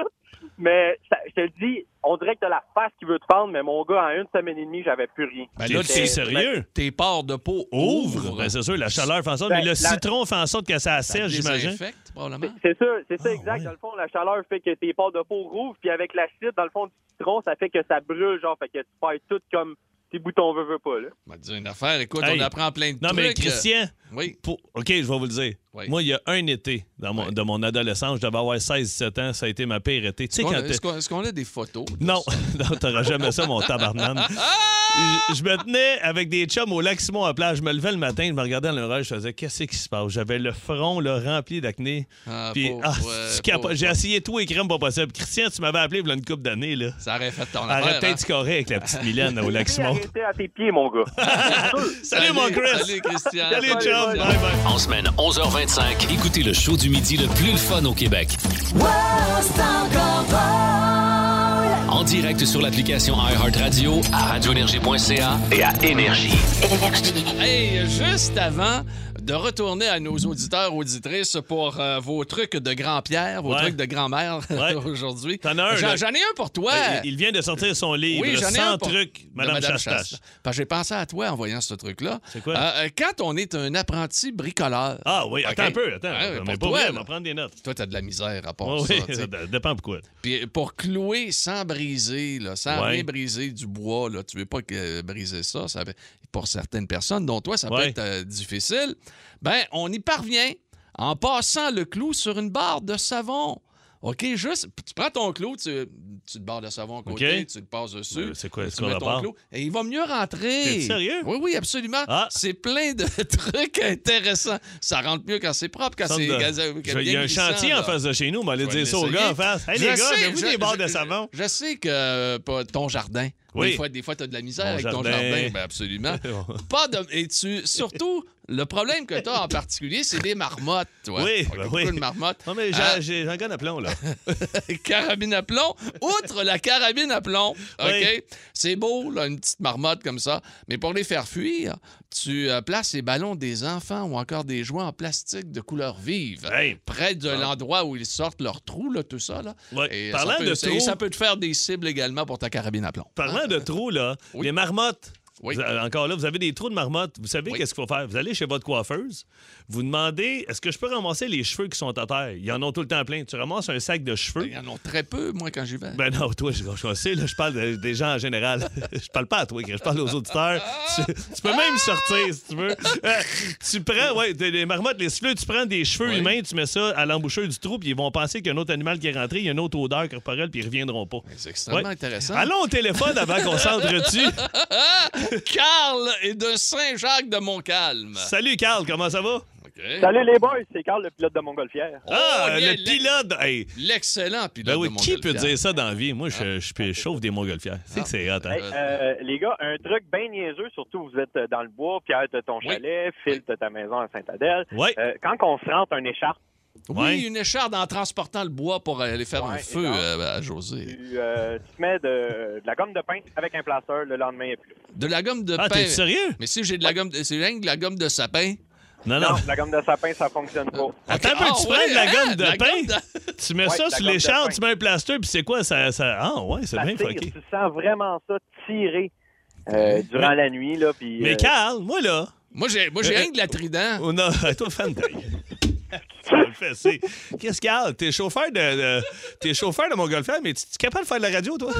S5: Mais ça- je te le dis, on dirait que t'as la face qui veut te pendre, mais mon gars, en une semaine et demie, j'avais plus rien.
S2: Ben
S3: T'es-
S2: là,
S3: t'es
S2: t'es-
S3: sérieux?
S2: Tes pores de peau
S3: Ouvre!
S2: ouvrent.
S3: Ben, c'est sûr, la chaleur fait en sorte.
S5: Ben,
S3: mais le
S5: la-
S3: citron fait en sorte que ça
S2: Ça te
S3: sèche, j'imagine.
S2: désinfecte,
S5: C'est-
S2: probablement.
S5: C'est ça, c'est ça
S3: Ah,
S5: exact.
S3: ouais.
S5: Dans le fond, la chaleur fait que tes pores de peau rouvrent, puis avec l'acide, dans le fond du citron, ça fait que ça brûle, genre, fait que tu perds tout comme tes boutons veut, veut pas, là.
S2: Je vais te dire une affaire. Écoute,
S3: Hey.
S2: on apprend plein de
S3: Non,
S2: trucs.
S3: mais Christian,
S2: euh, Oui.
S3: pour- OK, je vais vous le dire.
S2: Oui.
S3: Moi, il y a un été dans mon,
S2: Oui.
S3: de mon adolescence, je devais avoir 16-17 ans, ça a été ma pire été. Tu sais,
S2: Est-ce qu'on
S3: quand
S2: a-
S3: t'es-
S2: Est-ce qu'on est-ce qu'on a des photos? de
S3: Non,
S2: ça?
S3: non, t'auras jamais ça, mon tabarnane. Je, je me tenais avec des chums au lac Simon à plage. Je me levais le matin, je me regardais dans le l'oreille, je faisais qu'est-ce qui se passe? J'avais le front là, rempli d'acné.
S2: Ah,
S3: Puis
S2: pauvre,
S3: ah,
S2: ouais,
S3: tu capotes.
S2: pauvre.
S3: j'ai essayé tous les crèmes pas possible. Christian, tu m'avais appelé il y a une couple d'années. là.
S2: Ça aurait fait ton
S3: Elle aurait
S2: affaire.
S3: peut-être
S2: hein?
S3: scoré avec la petite Mylène au lac
S5: T'es
S3: Simon.
S5: arrêté à tes pieds, mon gars.
S3: Salut, mon Chris!
S2: Salut, Christian.
S3: Salut,
S5: Salut,
S3: chum!
S5: bye.
S3: Bye, bye.
S1: En semaine 11h25, écoutez le show du midi le plus le fun au Québec. En direct sur l'application iHeartRadio, à radioénergie.ca et à Énergie.
S6: Énergie.
S2: Hey, juste avant de retourner à nos auditeurs, auditrices pour euh, vos trucs de grand-père, vos
S3: Ouais.
S2: trucs de grand-mère
S3: Ouais.
S2: aujourd'hui.
S3: T'en as un,
S2: J'en
S3: là. Ben,
S2: j'en ai un pour toi.
S3: Il, il vient de sortir son livre,
S2: Oui, j'en ai
S3: 100
S2: un pour-
S3: trucs,
S2: de
S3: Madame, Chastache.
S2: Chastache. Parce que j'ai pensé à toi en voyant ce truc-là.
S3: C'est quoi?
S2: Euh, euh, quand on est un apprenti bricoleur,
S3: Ah oui, attends
S2: Ok.
S3: un peu, attends.
S2: Ah oui,
S3: on
S2: pour
S3: est pas
S2: toi,
S3: vrai, on
S2: là.
S3: va prendre des notes.
S2: toi, t'as de la misère à part
S3: Ouais,
S2: ça.
S3: Oh, oui,
S2: tu sais.
S3: ça d- dépend pourquoi.
S2: Puis pour clouer sans briser, là, sans
S3: Ouais.
S2: rien briser du bois, là, tu veux pas que, euh, briser ça, ça peut- pour certaines personnes, dont toi, ça peut
S3: Ouais.
S2: être euh, difficile. Ben, on y parvient en passant le clou sur une barre de savon. OK, juste, tu prends ton clou, tu, tu te barres de savon à côté,
S3: OK.
S2: tu le passes dessus.
S3: Euh, c'est quoi-
S2: tu
S3: c'est quoi
S2: mets
S3: le
S2: ton
S3: rapport?
S2: clou, Et il va mieux rentrer.
S3: T'es sérieux?
S2: Oui, oui, absolument.
S3: Ah.
S2: C'est plein de trucs intéressants. Ça rentre mieux quand c'est propre, quand
S3: Sorte
S2: Ah, c'est.
S3: de-
S2: quand c'est-
S3: Je-
S2: quand
S3: Il y a
S2: bien
S3: un
S2: glissant,
S3: chantier en
S2: là.
S3: face de chez nous, on va aller
S2: Je vais
S3: dire ça aux
S2: l'essayer.
S3: gars en face. Hey
S2: Je
S3: les gars,
S2: sais,
S3: avez-vous
S2: je-
S3: des barres de
S2: je-
S3: savon?
S2: Je sais que euh, pas ton jardin.
S3: Oui.
S2: Des fois, des fois tu as de la misère
S3: Mon
S2: avec ton
S3: jardin.
S2: jardin. Ben, absolument. pas de. Et tu. Surtout, le problème que tu as en particulier, c'est des marmottes, toi.
S3: Oui,
S2: On a
S3: ben
S2: beaucoup
S3: oui.
S2: de marmottes.
S3: Non, mais
S2: Ah.
S3: j'ai- j'ai- j'en gagne à plomb, là.
S2: carabine à plomb. Outre la carabine à plomb, OK?
S3: Oui.
S2: C'est beau, là, une petite marmotte comme ça. Mais pour les faire fuir, tu euh, places les ballons des enfants ou encore des jouets en plastique de couleur vive
S3: Hey. Ah.
S2: près de l'endroit où ils sortent leurs trous, là, tout ça. Là.
S3: Ouais.
S2: Et
S3: Parlant
S2: ça peut,
S3: de
S2: et
S3: trous-
S2: ça peut te faire des cibles également pour ta carabine à plomb.
S3: Parlant de trous, là,
S2: Oui.
S3: les marmottes.
S2: Oui.
S3: Vous avez- encore là, vous avez des trous de marmotte. Vous savez
S2: Oui.
S3: qu'est-ce qu'il faut faire? Vous allez chez votre coiffeuse, vous demandez est-ce que je peux ramasser les cheveux qui sont à terre? Ils en ont tout le temps plein. Tu ramasses un sac de cheveux.
S2: Ils en ont très peu, moi, quand j'y vais.
S3: Ben non, toi, je, je sais, là, je parle de- des gens en général. Je parle pas à toi, Chris, je parle aux auditeurs. Tu, tu peux même sortir, si tu veux. Euh, tu prends, ouais, des, des marmottes, les siffleux, tu prends des cheveux
S2: Oui.
S3: humains, tu mets ça à l'embouchure du trou, puis ils vont penser qu'il y a un autre animal qui est rentré, il y a une autre odeur corporelle, puis ils reviendront pas.
S2: c'est extrêmement
S3: Ouais.
S2: intéressant.
S3: Allons au téléphone avant qu'on s'entretue.
S2: Carl est de Saint-Jacques de Montcalm.
S3: Salut, Carl, comment ça va?
S2: OK.
S5: Salut les boys, c'est Carl, le pilote de Montgolfière.
S2: Oh,
S3: ah,
S2: il
S3: le
S2: est l'ex-
S3: pilote. Hey,
S2: L'excellent pilote.
S3: ben oui,
S2: de
S3: qui peut
S2: Montgolfière. Ah.
S3: dire ça dans la vie? Moi, je, je, je chauffe des montgolfières. C'est que c'est hot, hein?
S5: Hey, euh, les gars, un truc bien niaiseux, surtout vous êtes euh, dans le bois, Pierre, t'as ton
S2: Oui.
S5: chalet, Phil, t'as ta maison à Saint-Adèle.
S3: Ouais.
S5: Euh, quand on se rentre un écharpe,
S2: Oui,
S3: Ouais.
S2: une écharde en transportant le bois pour aller faire
S5: Ouais,
S2: un feu
S5: énorme.
S2: euh, à José.
S5: tu, euh, tu te mets de, de la gomme de pain avec un placeur, le lendemain, il n'y a plus.
S2: De la gomme de
S3: Ah,
S2: pain.
S3: t'es sérieux?
S2: Mais si j'ai de la gomme, de... c'est rien que de la gomme de sapin.
S3: Non, non.
S5: Non, la gomme de sapin, ça fonctionne pas.
S3: Attends, un
S2: Ok,
S3: peu,
S2: ah,
S3: tu
S2: ouais,
S3: prends de la
S2: hein,
S3: gomme
S2: de la
S3: de pain,
S2: gomme
S3: tu mets
S5: Ouais,
S3: ça
S5: de la
S3: sur
S5: gomme
S3: les
S5: de
S3: chars,
S5: pain.
S3: tu mets un plaster, puis c'est quoi? Ça, ça... Ah, ouais, c'est
S5: Ça
S3: bien
S5: tire,
S3: fucké.
S5: tu sens vraiment ça tirer euh, durant la nuit. Là, puis,
S3: Mais
S5: euh,
S3: Carl, moi, là,
S2: Moi, j'ai moi, j'ai
S3: Euh,
S2: rien que de la trident.
S3: on a... Toi, fan de... Ça le fait, c'est- Qu'est-ce, Carl? T'es chauffeur de, de- T'es chauffeur de Montgolfière, mais tu tu es capable de faire de la radio, toi?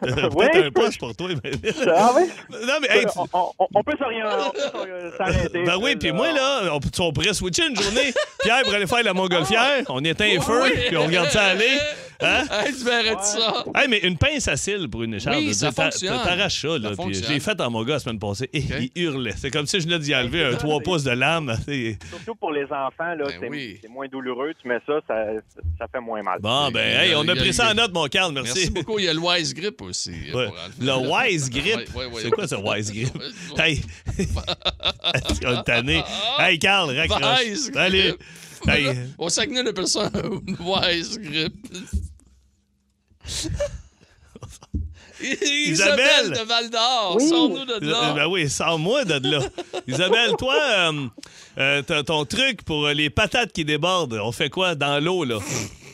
S3: T'as
S5: Ouais,
S3: peut-être
S5: je
S3: un
S5: peux-
S3: poste pour toi. mais-
S5: Ah oui?
S3: non, mais hey, tu-
S5: on, on- on peut s'arrêter. on peut s'arrêter,
S3: Ben oui,
S5: là.
S3: puis moi, là, on, on pourrait switcher une journée. Pierre pour aller faire la montgolfière, on éteint les feux,
S2: Oui.
S3: puis on regarde ça aller. Hein?
S2: Hey, tu verrais de ça.
S3: Hey, mais une pince à cils pour une écharpe.
S2: Oui,
S3: je veux
S2: ça
S3: dire, t'a-
S2: fonctionne.
S3: T'arraches ça, là.
S2: Ça
S3: puis
S2: fonctionne.
S3: J'ai fait à mon gars la semaine passée. Et Il hurlait. C'est comme si je venais d'y enlever un 3 pouces de lame. C'est-
S5: Surtout pour les enfants, là,
S2: Ben
S5: c'est,
S2: oui.
S5: c'est moins douloureux. Tu mets ça, ça, ça fait moins mal.
S3: Bon, ben,
S2: Et,
S3: hey,
S2: euh,
S3: on a
S2: y a-
S3: pris ça en note, mon Carl. Merci.
S2: Merci beaucoup. Il y a le Wise Grip aussi. euh,
S3: Ouais.
S2: pour Alfred.
S3: Le Wise Grip.
S2: Ouais, ouais, ouais.
S3: C'est quoi ce Wise Grip?
S2: Ouais,
S3: Hey! on est tanné. Hey, Carl, raccroche.
S2: Wise Grip.
S3: Allez! Hey.
S2: Au Saguenay, on appelle ça un Wise Grip. Isabelle de Val d'Or, sors-nous de
S3: Euh,
S2: là.
S3: Ben oui, sans moi de là. Isabelle, toi, euh, euh, t'as ton truc pour les patates qui débordent, on fait quoi dans l'eau, là?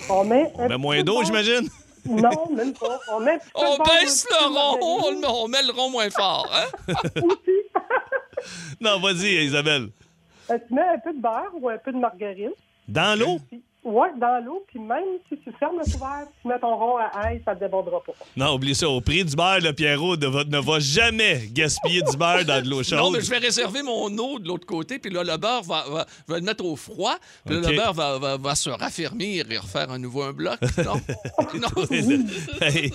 S8: On met un
S7: Euh,
S3: Ben
S8: petit
S3: moins
S8: peu
S3: d'eau,
S8: de-
S3: j'imagine?
S8: Non, même pas. On met un petit peu
S2: On
S8: de beurre
S2: baisse
S8: dessus,
S2: le rond, on,
S8: margarine.
S2: le met- on met le rond moins fort. Hein?
S3: Non, vas-y, Isabelle.
S8: Euh, tu mets un peu de beurre ou un peu de margarine.
S3: Dans l'eau?
S8: Puis, ouais, dans l'eau. Puis même si tu fermes le couvert, tu mets ton rond à ail, ça ne débordera pas.
S3: Non, oublie ça. Au prix du beurre, le Pierrot ne va, ne va jamais gaspiller du beurre dans de l'eau chaude.
S2: Non, mais je vais réserver mon eau de l'autre côté, puis là, le beurre va, va, va le mettre au froid, puis là,
S3: OK.
S2: le beurre va, va, va se raffermir et refaire à nouveau un bloc. Non. non.
S3: Hey.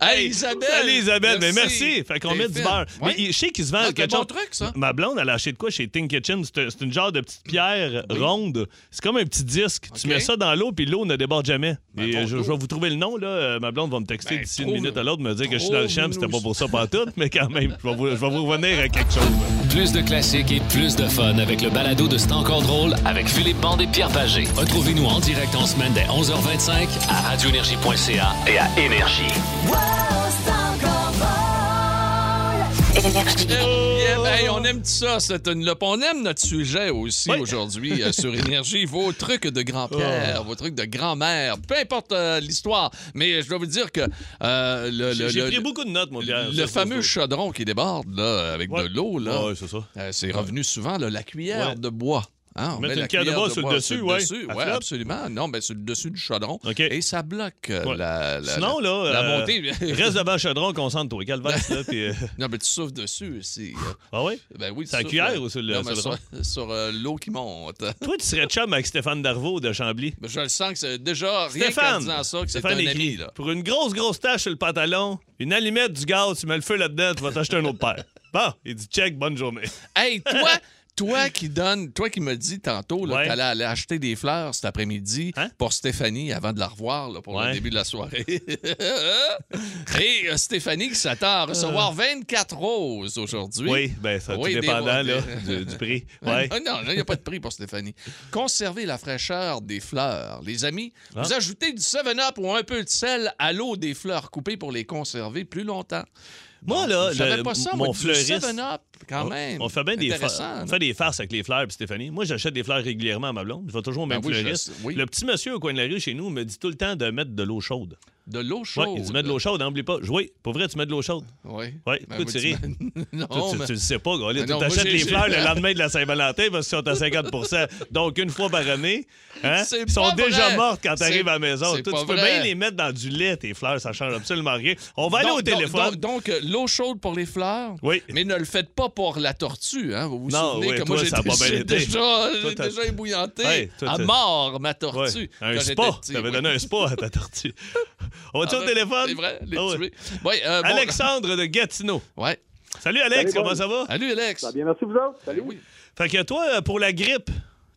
S2: hey, Isabelle.
S3: Salut, Isabelle. Mais merci. Fait qu'on
S2: T'es
S3: met du
S2: fine.
S3: beurre.
S2: Ouais.
S3: Mais il- je sais qu'ils se vendent
S2: Ah, quel
S3: quelque
S2: bon
S3: chose-
S2: truc, ça.
S3: Ma blonde, elle a acheté de quoi chez Think Kitchen? C'est un- c'est une genre de petite pierre ronde. C'est comme un petit disque. Tu
S2: OK.
S3: mets ça dans l'eau, puis l'eau ne déborde jamais.
S2: Ben,
S3: Et euh,
S2: bon
S3: je,
S2: tour.
S3: je vais vous trouver le nom, là. Euh, Ma blonde va me texter
S2: Ben,
S3: d'ici une
S2: trouve-
S3: minute à l'autre, me dire que je suis dans le champ, puis c'était pas
S2: trouve-nous-
S3: pour ça, pas tout, mais quand même, je vais vous, je vais vous revenir à quelque chose.
S1: Plus de classiques et plus de fun avec le balado de C'est encore drôle avec Philippe Bande et Pierre Pagé. Retrouvez-nous en direct en semaine dès 11h25 à radioénergie.ca et à Énergie.
S6: Énergie.
S2: Yeah, ben, hey, on aime ça, cette une On aime notre sujet aussi
S3: Oui.
S2: aujourd'hui euh, sur Énergie. Vos trucs de
S3: Oh.
S2: grand-père, vos trucs de grand-mère, peu importe euh, l'histoire. Mais je dois vous dire que euh, le, le-
S3: J'ai j'ai
S2: le-
S3: pris beaucoup de notes, mon Pierre.
S2: le
S3: sur- sur-
S2: fameux
S3: sur-
S2: chaudron qui déborde là, avec
S3: Ouais.
S2: de l'eau, là,
S3: Ouais, c'est ça.
S2: euh, c'est revenu souvent, là, la cuillère
S3: Ouais.
S2: de bois. Hein,
S3: Mettre
S2: la
S3: une cuillère de bois sur le dessus, ouais. Elle
S2: ouais,
S3: flotte.
S2: absolument. Non, mais sur le dessus du chaudron.
S3: OK.
S2: Et ça bloque euh,
S3: Ouais.
S2: la, la-
S3: Sinon, là,
S2: la
S3: euh,
S2: montée.
S3: reste devant le chaudron, concentre-toi. Calvasse, là, puis... euh,
S2: non, mais tu souffles dessus aussi. euh.
S3: Ah ouais?
S2: Ben oui, tu
S3: Sur la
S2: souffles,
S3: cuillère
S2: euh,
S3: ou sur le-
S2: non, mais
S3: sur le
S2: sur, sur, euh, l'eau qui monte.
S3: Toi, tu serais chum avec Stéphane Darvaux de Chambly.
S2: Ben, Je le sens que c'est déjà rien qu'en
S3: Stéphane,
S2: disant ça que c'est un
S3: Stéphane écrit,
S2: ami. Là.
S3: Pour une grosse, grosse tache sur le pantalon, une allumette, du gaz, tu mets le feu là-dedans, tu vas t'acheter un autre paire. Bon, il dit check, bonne journée.
S2: Hey, toi, toi qui donne, toi qui me dis tantôt là,
S3: Ouais.
S2: que t'allais aller acheter des fleurs cet après-midi
S3: Hein?
S2: pour Stéphanie avant de la revoir là, pour
S3: Ouais.
S2: le début de la soirée. Et euh, Stéphanie qui s'attend à recevoir 24 roses aujourd'hui.
S3: Euh. Oui, ben ça,
S2: Oui,
S3: tout
S2: des-
S3: dépendant là,
S2: des-
S3: du, du prix. Ouais.
S2: Ah Non, il n'y a pas de prix pour Stéphanie. Conservez la fraîcheur des fleurs. Les amis,
S3: Ah.
S2: vous ajoutez du 7-Up ou un peu de sel à l'eau des fleurs coupées pour les conserver plus longtemps.
S3: Moi, là,
S2: Je savais
S3: le-
S2: pas ça,
S3: mon
S2: moi,
S3: fleuriste-
S2: du 7-Up, quand Ah,
S3: On-
S2: même.
S3: On fait bien des, farces.
S2: Intéressant,
S3: on
S2: non?
S3: fait des farces avec les fleurs, puis Stéphanie. Moi, j'achète des fleurs régulièrement à ma blonde. Je vais toujours au même
S2: Ben oui, je
S3: fleuriste.
S2: sais, oui.
S3: Le petit monsieur au coin de la rue chez nous me dit tout le temps de mettre de l'eau chaude.
S2: De l'eau
S3: Oui,
S2: chaude.
S3: il dit mets de l'eau chaude, n'oublie pas. Oui, pour vrai, tu mets de l'eau chaude.
S2: Oui.
S3: Ouais,
S2: Ben,
S3: toi,
S2: moi,
S3: tu
S2: tu
S3: ris.
S2: m'as- Non,
S3: Toi, tu,
S2: Oh, mais-
S3: tu le sais pas, gars. Là,
S2: Mais
S3: Tu
S2: non, moi,
S3: t'achètes
S2: j'ai-
S3: les
S2: j'ai-
S3: fleurs le lendemain de la Saint-Valentin parce qu'ils sont à 50 Donc, une fois par année, hein,
S2: C'est
S3: ils sont
S2: pas
S3: déjà
S2: vrai.
S3: mortes quand tu
S2: C'est-
S3: arrives à la maison.
S2: c'est
S3: Toi,
S2: pas
S3: tu peux
S2: vrai.
S3: bien les mettre dans du lait, tes fleurs. Ça change absolument rien. On va aller
S2: Donc-
S3: au téléphone.
S2: Donc, donc, euh, l'eau chaude pour les fleurs.
S3: Oui.
S2: Mais ne le faites pas pour la tortue. Hein. Vous vous
S3: Non,
S2: souvenez
S3: oui,
S2: que moi,
S3: toi,
S2: j'ai
S3: ça a pas bien
S2: j'ai
S3: été.
S2: déjà, j'ai
S3: Toi, t'as-
S2: déjà ébouillanté
S3: Ouais, toi,
S2: à
S3: t'as-
S2: mort ma
S3: Ouais,
S2: tortue.
S3: Un
S2: quand j'étais
S3: spa.
S2: petit,
S3: Tu avais
S2: oui.
S3: donné un spa à ta tortue. On va-tu
S2: Ah,
S3: au
S2: ben,
S3: téléphone?
S2: C'est vrai, les
S3: Ah ouais.
S2: tuer. Ouais, euh, bon,
S3: Alexandre de Gatineau.
S2: ouais.
S3: Salut, Alex.
S5: Salut,
S3: comment
S5: bon.
S3: ça va?
S2: Salut, Alex.
S5: Ça va bien, merci vous autres. Salut.
S2: Eh Oui.
S3: Fait que toi, euh, pour la grippe,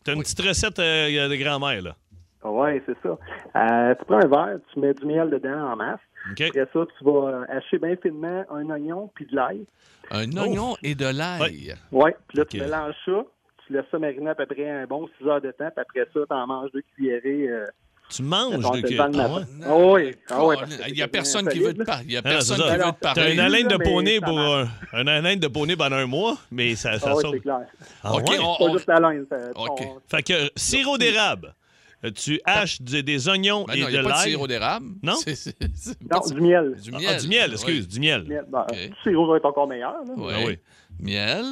S3: t'as une petite recette euh, de grand-mère, là.
S5: Ouais, c'est ça. Euh, tu prends un verre, tu mets du miel dedans en masse.
S3: OK?
S5: Après ça, tu vas euh, hacher bien finement un oignon puis de l'ail.
S2: Un oignon et de l'ail.
S5: Ouais, puis là,
S3: Ok.
S5: tu mélanges ça. Tu laisses ça mariner à peu près un bon 6 heures de temps. Puis après ça, tu en manges deux cuillerées. Euh,
S3: Tu manges
S5: mettons,
S3: de
S5: c'est le
S3: que-
S5: vent de
S3: Ah
S5: matin.
S3: ouais?
S5: Ah oui. Ah ouais, parce que
S2: Il
S5: c'est
S2: n'y a
S5: quasiment
S2: personne qui veut te
S5: solide, là.
S2: parler. Il n'y a
S3: Ah,
S2: personne
S3: c'est ça.
S2: qui veut te
S5: Alors,
S3: T'as
S2: parler.
S3: une haleine de
S5: là, mais
S3: poney
S5: ça
S3: pour un,
S5: marche.
S3: un haleine de poney pendant un mois, mais ça, ça
S5: Ah oui,
S3: sort.
S5: c'est clair.
S3: Ah
S2: OK,
S3: ouais?
S2: on-
S5: Pas
S2: on-
S5: juste la laine. Ça,
S2: Ok.
S5: on-
S3: Fait que euh, sirop d'érable, euh, tu haches du- des oignons
S2: Ben
S3: et
S2: non, il
S3: de
S2: n'y a pas de
S3: l'ail.
S2: sirop d'érable.
S3: Non?
S2: C'est- c'est- c'est pas
S5: Non, du miel.
S2: du
S3: Ah,
S2: miel.
S3: du miel, excuse, du miel.
S5: miel. Ben,
S2: Ok.
S5: Du sirop va être encore meilleur. Là.
S2: Oui.
S3: Ah oui.
S2: Miel,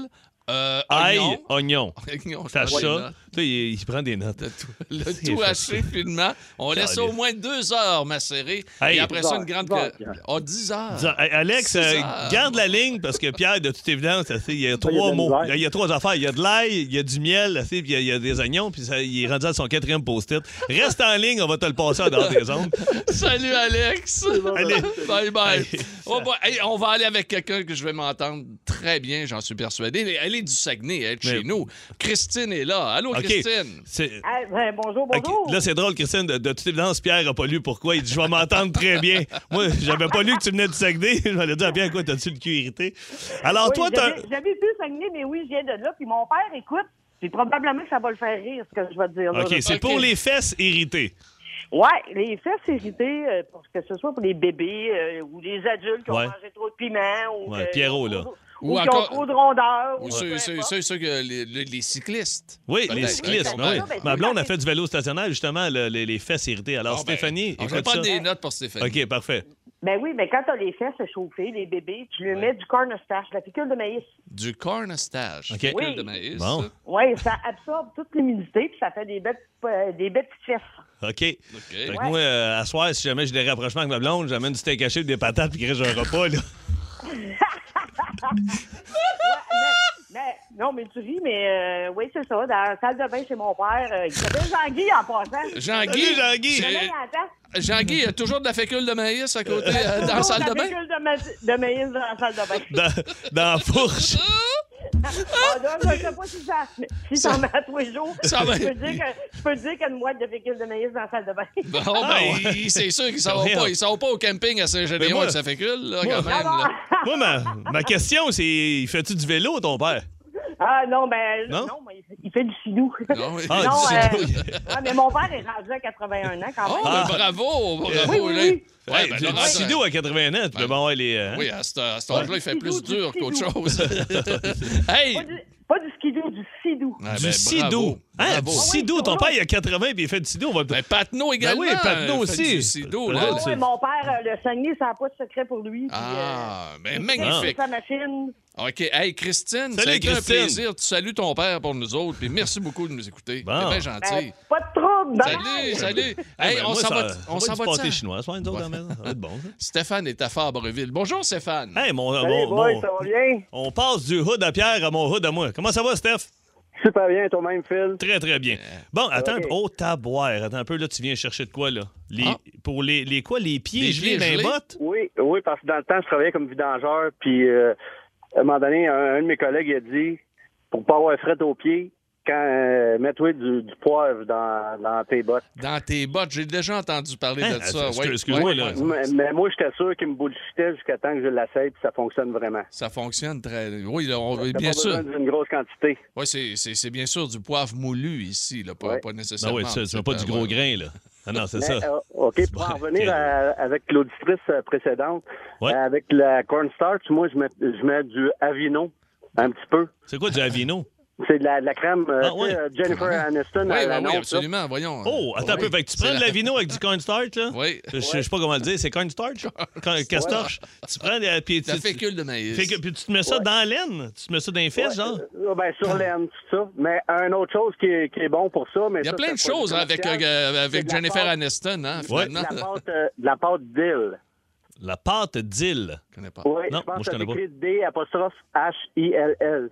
S2: Euh,
S3: Ben Aïe,
S2: oignon.
S3: oignon.
S2: Oignon, je
S3: T'as
S2: prends des
S3: ça.
S2: notes.
S3: Là, il, il prend des notes.
S2: De tout- Le
S3: C'est
S2: tout
S3: facile.
S2: haché finement. On laisse ça au moins deux heures macérer.
S3: Hey.
S2: et après ça, une
S5: Dix heures,
S2: grande.
S5: dix heures.
S2: Oh, dix heures.
S3: Dis- hey, Alex,
S2: Six
S3: euh,
S2: heures.
S3: garde la ligne parce que Pierre, de toute évidence, tu sais, il y a
S5: il y a de
S3: trois
S5: la
S3: mots.
S5: misère.
S3: Il y, a- il y a trois affaires. Il y a de l'ail, il y a du miel, tu sais, puis il y a- il y, a des oignons, puis ça, il est rendu à son quatrième post-it. Reste en ligne, on va te le passer en dehors des ondes.
S2: Salut, Alex.
S3: Allez.
S2: Bye bye.
S3: Allez.
S2: Oh, bah, hey, on va aller avec quelqu'un que je vais m'entendre très bien, j'en suis persuadé. Elle est- Elle est du Saguenay, elle est de
S3: Mais-
S2: chez nous. Christine est là. Allô,
S3: OK.
S2: Christine.
S3: C'est-
S7: Ah, ben, bonjour,
S3: OK.
S7: bonjour.
S3: Là, c'est drôle, Christine. De, de toute évidence, Pierre n'a pas lu pourquoi. Il dit Je vais m'entendre très bien. Moi, j'avais pas lu que tu venais du Saguenay. Je vais dire à Pierre, quoi, t'as-tu le cul irrité Alors,
S7: Oui,
S3: toi, t'as.
S7: j'avais- J'avais vu Saguenay, mais oui, je viens de là. Puis mon père, écoute, c'est probablement que ça va le faire rire, ce que je vais te dire. là.
S3: OK, c'est
S2: OK.
S3: pour les fesses irritées.
S7: Ouais, les fesses irritées, euh, pour que ce soit pour les bébés euh, ou les adultes qui
S3: Ouais.
S7: ont mangé trop de piment ou,
S3: Ouais,
S7: que-
S3: Pierrot, là.
S7: ou,
S2: Ou
S7: ou qui ont
S2: encore-
S7: trop de rondeur.
S2: Ou
S7: ou
S2: ceux,
S7: peu
S2: ceux-
S7: importe.
S2: ceux- ceux que les, les- les cyclistes.
S3: Oui, les
S2: Peut-être,
S3: cyclistes.
S2: peut-être.
S3: ben oui.
S7: Ah, ben,
S3: Ma
S7: c'est
S3: blonde a
S7: parfait.
S3: fait du vélo stationnaire, justement, le- les, les fesses irritées. Alors,
S2: Ah, ben,
S3: Stéphanie,
S2: on fait
S3: écoute
S2: pas
S3: ça.
S2: des notes pour Stéphanie.
S3: OK, parfait.
S7: Ben oui, mais quand t'as les fesses chauffées, les bébés, tu lui mets du cornstarch, la piqûre de maïs.
S2: Du cornstarch.
S3: OK.
S2: fécule
S7: Oui.
S2: de maïs.
S3: Bon.
S7: Oui, ça absorbe toute l'humidité, puis ça fait des belles, euh, des belles petites fesses.
S3: OK. Fait
S2: OK.
S3: que moi, euh, à soir, si jamais j'ai des rapprochements avec ma blonde, j'amène du steak haché, des patates, puis que j'ai un repas, là.
S7: Mais, non, mais tu ris, mais euh, oui, c'est ça. Dans la salle de bain chez mon père, euh, il s'appelle Jean-Guy en passant.
S2: Jean-Guy.
S3: Salut, Jean-Guy.
S2: c'est-
S7: Jamais il entend.
S2: Jean-Guy, il y a toujours de la fécule de maïs à côté euh, dans la salle de bain.
S7: pécule de, ma- de maïs dans la salle de bain.
S3: Dans, dans la fourche.
S7: Ah, non, je ne sais pas si ça si ça en met à tous les jours.
S2: Ça va.
S7: je, peux dire que, je peux dire qu'il y a une boîte de fécule de maïs dans la salle de bain.
S2: Bon,
S3: Ah,
S2: ben,
S3: ouais.
S2: il- c'est sûr qu'ils s'en vont
S3: Voyons.
S2: pas. Ils s'en vont pas au camping à
S3: Mais
S2: Saint-Gédéon
S3: moi-
S2: avec sa fécule, là, quand
S7: Ah,
S2: même.
S7: non.
S2: là.
S3: Moi, ma, ma question, c'est fais-tu du vélo, ton père?
S7: Ah non, ben
S3: Non?
S7: non, mais il- il fait du sidou.
S2: Non, oui.
S3: Ah,
S7: Non,
S3: du
S7: euh,
S3: sidou.
S7: ah, mais mon père est rendu à 81 ans quand
S2: Oh,
S7: même.
S2: ben,
S3: Ah.
S2: bravo, bravo,
S7: Oui, oui,
S2: là.
S7: oui.
S2: Ouais,
S3: Ouais,
S2: ben,
S3: du-
S2: Laurent,
S3: du sidou à 80 ans, tu peux bon, ouais, les. euh,
S2: Ben, Oui, à cet à cet âge-là, il fait
S7: Du
S2: plus
S7: skidoo, du
S2: dur qu'autre
S7: skidoo.
S2: chose. hey!
S7: Pas du, pas du skidou, du sidou.
S2: Ah, ben,
S3: Du
S2: bravo,
S3: sidou. Hein, du
S2: bravo.
S3: sidou.
S7: Ah oui,
S3: Ton
S7: c'est
S3: père, il a 80 puis il fait du sidou. On va
S2: Ben,
S3: peut-être.
S2: Patnaud également.
S3: oui, Patnaud
S2: euh, fait
S3: aussi.
S2: Du sidou,
S3: Ben,
S2: là.
S3: ouais,
S7: Ouais, mon père, euh, le Saguenay, ça n'a pas de secret pour lui. puis, euh,
S2: Ah, ben,
S7: il fait
S2: magnifique.
S7: Sa machine.
S2: OK. Hey, Christine,
S3: Ah. Salut,
S2: ça a été
S3: Christine.
S2: un plaisir. Tu salues ton père pour nous autres. Puis merci beaucoup de nous écouter.
S3: Bon.
S2: C'est bien
S8: euh,
S7: Ben,
S2: gentil.
S7: pas de trouble.
S2: Salut,
S7: bye.
S2: salut.
S3: Ah,
S2: Hey,
S3: ben,
S2: on
S3: moi,
S2: s'en
S3: ça-
S2: va. On s'en
S3: du
S2: va.
S3: pâté
S2: de ça.
S3: chinois, soir, nous autres, à la maison. Ça va être bon, ça.
S2: Stéphane est à Fabreville. Bonjour, Stéphane.
S3: Hey, mon.
S5: Salut,
S3: mon-
S5: boys,
S3: mon-
S5: ça va bien?
S3: On passe du hood à Pierre à mon hood à moi. Comment ça va, Steph?
S5: Super bien, toi-même, Phil.
S3: Très, très bien. Bon, attends,
S5: Ok.
S3: oh, taboire. Attends un peu, là, tu viens chercher de quoi, là? Les,
S2: Ah.
S3: Pour les, les quoi? Les pieds
S2: Les
S3: gelés
S2: pieds
S3: dans les
S2: gelés?
S3: bottes?
S5: Oui, oui, parce que dans le temps, je travaillais comme vidangeur, puis euh, à un moment donné, un, un de mes collègues il a dit, pour pas avoir fret aux pieds, quand euh, mets-toi du, du poivre dans, dans tes bottes.
S2: Dans tes bottes, j'ai déjà entendu parler
S3: Hein?
S2: de ça.
S3: Excuse-
S2: Ouais,
S3: excuse-moi,
S2: ouais,
S3: là.
S2: ouais.
S5: Mais, mais moi, j'étais sûr qu'il me bullshitait jusqu'à temps que je l'essaye, puis ça fonctionne vraiment.
S2: Ça fonctionne très. Oui, là, on-
S5: T'as
S2: bien
S5: pas besoin
S2: sûr.
S5: d'une grosse quantité.
S2: Oui, c'est, c'est, c'est bien sûr du poivre moulu ici, là, pas,
S5: Ouais.
S2: pas
S3: Non,
S2: nécessairement.
S3: Ben Ah oui, tu tu veux pas du
S2: euh,
S3: gros
S2: ouais.
S3: grain, là. Ah non, c'est ça.
S5: Mais, euh, OK, pour en revenir à- avec l'auditrice euh, précédente,
S3: Ouais.
S5: euh, avec la cornstarch, moi, je mets, je mets du Avino, un petit peu.
S3: C'est quoi du avino?
S5: C'est de la, de la crème euh,
S3: Ah,
S5: tu sais,
S3: ouais.
S5: euh, Jennifer Aniston.
S2: Oui,
S5: elle
S2: ben
S5: annonce,
S2: oui,
S5: là.
S2: absolument, voyons.
S3: Oh, attends un peu. Fait que tu prends de l'avino avec du cornstarch, là?
S2: Oui,
S3: Je, je sais pas comment le dire, c'est cornstarch? Corn- Castorche? Tu prends la. Puis tu,
S2: la fécule de maïs.
S3: Fait que- puis tu te mets ça dans la laine? Tu te mets ça dans les fesses, genre?
S5: Euh, ben, sur
S2: Ah.
S5: l'aine, tout ça. Mais une autre chose qui est, qui est bon pour ça. Mais
S2: Il y a
S5: ça,
S2: plein
S5: c'est
S2: de
S5: pas du
S2: choses hein, avec,
S5: commercial,
S2: euh,
S5: c'est
S2: avec
S5: de la
S2: Jennifer
S5: pâte-
S2: Aniston, hein, finalement.
S5: De la pâte, euh, de la pâte d'île.
S3: La pâte d'île.
S2: Je connais pas.
S5: Oui,
S3: Non, moi,
S5: je pense
S3: je
S5: que c'est
S3: connais pas.
S5: écrit D apostrophe H-I-L-L.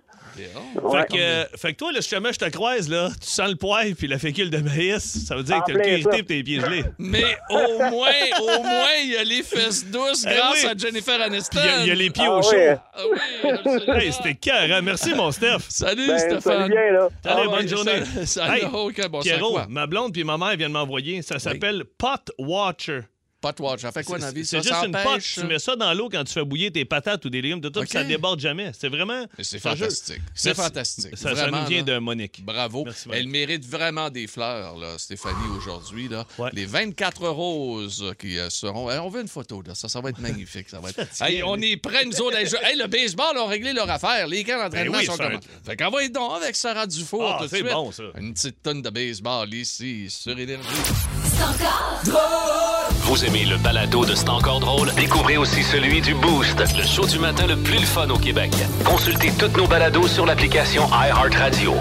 S2: Bon.
S5: Ouais.
S3: Fait, que, euh, fait que toi, là, si jamais je te croise, là, tu sens le poil puis la fécule de maïs, ça veut dire
S5: En
S3: que t'as le cul
S5: Ah, plein
S3: irrité
S5: ça.
S3: et tes pieds gelés.
S2: Mais au moins, au moins, il y a les fesses douces
S3: Eh
S2: grâce
S3: oui.
S2: à Jennifer Aniston.
S3: Puis il y a- il y, a les pieds
S5: Ah
S3: au chaud.
S5: ouais.
S2: Ah oui, absolument.
S3: Hey, c'était cœur, hein? Merci, mon Steph.
S2: Salut,
S5: Ben,
S2: Stéphane.
S5: salut bien, là.
S3: Allez,
S2: Ah
S3: bonne
S2: ouais,
S3: journée.
S2: ça- ça n'a
S3: Hey,
S2: aucun bon sens,
S3: Pierrot,
S2: quoi.
S3: ma blonde puis ma mère viennent m'envoyer. Ça s'appelle Pot Watcher.
S2: Pot watch, ça fait quoi dans la vie?
S3: C'est
S2: Ça,
S3: juste
S2: ça
S3: une pote.
S2: empêche,
S3: Tu mets ça dans l'eau quand tu fais bouillir tes patates ou des légumes de tout, puis
S2: OK.
S3: ça déborde jamais. C'est vraiment.
S2: Mais C'est
S3: je te jure.
S2: fantastique. C'est
S3: Merci.
S2: fantastique.
S3: Ça, ça
S2: Vraiment,
S3: nous
S2: là.
S3: vient de Monique.
S2: Bravo.
S3: Merci, Monique.
S2: Elle mérite vraiment des fleurs, là, Stéphanie, aujourd'hui. là.
S3: Ouais.
S2: Les 24 roses qui euh, seront. Eh, on veut une photo, là. Ça, ça va être magnifique. Ça va être...
S3: Fatigué,
S2: Hey, on est prêts, nous autres. Hey, je- hey, le baseball a réglé leur affaire. Les camps d'entraînement
S3: Ben oui,
S2: sont
S3: ça-
S2: commencés. Fait qu'envoyez donc avec Sarah Dufour
S3: Ah,
S2: tout de
S3: c'est
S2: suite.
S3: bon, ça.
S2: Une petite tonne de baseball ici sur Énergie.
S1: Vous aimez le balado de C'est encore drôle? Découvrez aussi celui du Boost, le show du matin le plus le fun au Québec. Consultez toutes nos balados sur l'application iHeartRadio.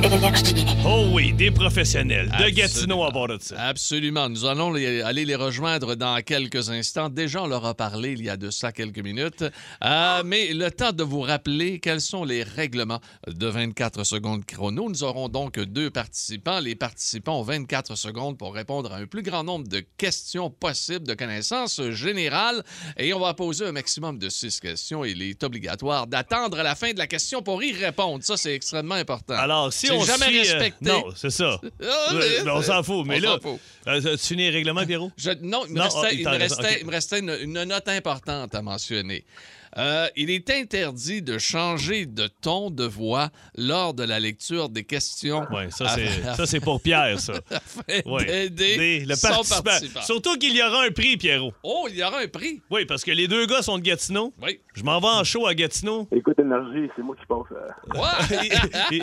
S6: Énergie.
S3: Oh oui, des professionnels de
S2: Absolument.
S3: Gatineau à bord de ça.
S2: Absolument. Nous allons les- aller les rejoindre dans quelques instants. Déjà, on leur a parlé il y a de ça quelques minutes. Euh, mais le temps de vous rappeler quels sont les règlements de 24 secondes chrono. Nous aurons donc deux participants. Les participants ont 24 secondes pour répondre à un plus grand nombre de questions possibles de connaissances générales. Et on va poser un maximum de six questions. Il est obligatoire d'attendre à la fin de la question pour y répondre. Ça, c'est extrêmement important.
S3: Alors, si
S2: C'est
S3: on
S2: Ah. jamais
S3: se fie, euh,
S2: respecté.
S3: non, c'est ça.
S2: Ah, mais-
S3: Ouais, ben, on s'en fout, mais
S2: on
S3: là.
S2: s'en fout.
S3: euh, tu finis les règlements, Pierrot?
S2: Je- non, il me
S3: Non,
S2: restait,
S3: ah, il
S2: il
S3: t'en
S2: me
S3: reste-
S2: restait-
S3: ok.
S2: il me restait une, une note importante à mentionner. Euh, il est interdit de changer de ton de voix lors de la lecture des questions.
S3: Oui, ça,
S2: afin-
S3: c'est- ça, c'est pour Pierre, ça.
S2: afin
S3: Ouais.
S2: d'aider
S3: Des- le
S2: son
S3: participant.
S2: participant.
S3: Surtout qu'il y aura un prix, Pierrot.
S2: Oh, il y aura un prix.
S3: Oui, parce que les deux gars sont de Gatineau.
S2: Oui.
S3: Je m'en vais en show à Gatineau.
S5: Écoute, énergie, c'est moi qui euh, pense.
S3: il, il- il-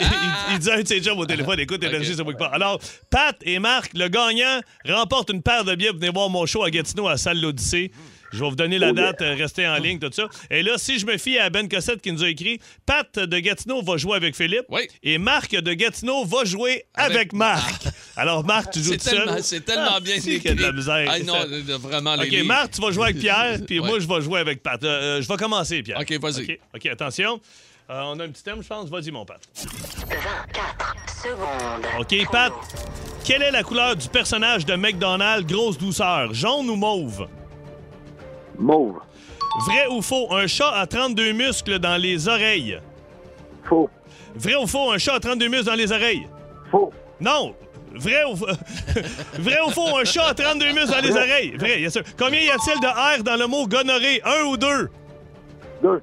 S3: il dit à un de ses jobs au téléphone, écoute,
S2: Ok.
S3: énergie, ça bouge pas. Alors, Pat et Marc, le gagnant, remportent une paire de billets pour venir voir mon show à Gatineau à la salle L'Odyssée. Je vais vous donner
S2: Oh,
S3: la date, euh, restez en ligne, tout ça. Et là, si je me fie à Ben Cossette qui nous a écrit, Pat de Gatineau va jouer avec Philippe
S2: Oui.
S3: et Marc de Gatineau va jouer avec,
S2: Avec
S3: Marc. Alors, Marc, tu joues
S2: C'est
S3: tout seul.
S2: tellement, c'est tellement
S3: Ah,
S2: bien
S3: si,
S2: écrit.
S3: qu'il y a de la misère.
S2: Ah non,
S3: Ça-
S2: euh, vraiment, les
S3: OK,
S2: livres.
S3: Marc, tu vas jouer avec Pierre, puis
S2: Ouais.
S3: moi, je vais jouer avec Pat. Euh, euh, je vais commencer, Pierre.
S2: OK, vas-y.
S3: OK, OK, attention. Euh, on a un petit thème, je pense. Vas-y, mon Pat.
S6: 24 secondes.
S3: OK, Pat. Quelle est la couleur du personnage de McDonald's Grosse Douceur? Jaune ou mauve?
S5: Mauve,
S3: Vrai ou faux? Un chat a 32 muscles dans les oreilles.
S5: faux,
S3: Vrai ou faux? Un chat a 32 muscles dans les oreilles.
S5: faux,
S3: Non! Vrai ou, vrai ou faux? Un chat a 32 muscles dans les oreilles. Vrai, bien sûr. Combien y a-t-il de R dans le mot gonorrhée? Un ou deux?
S5: deux,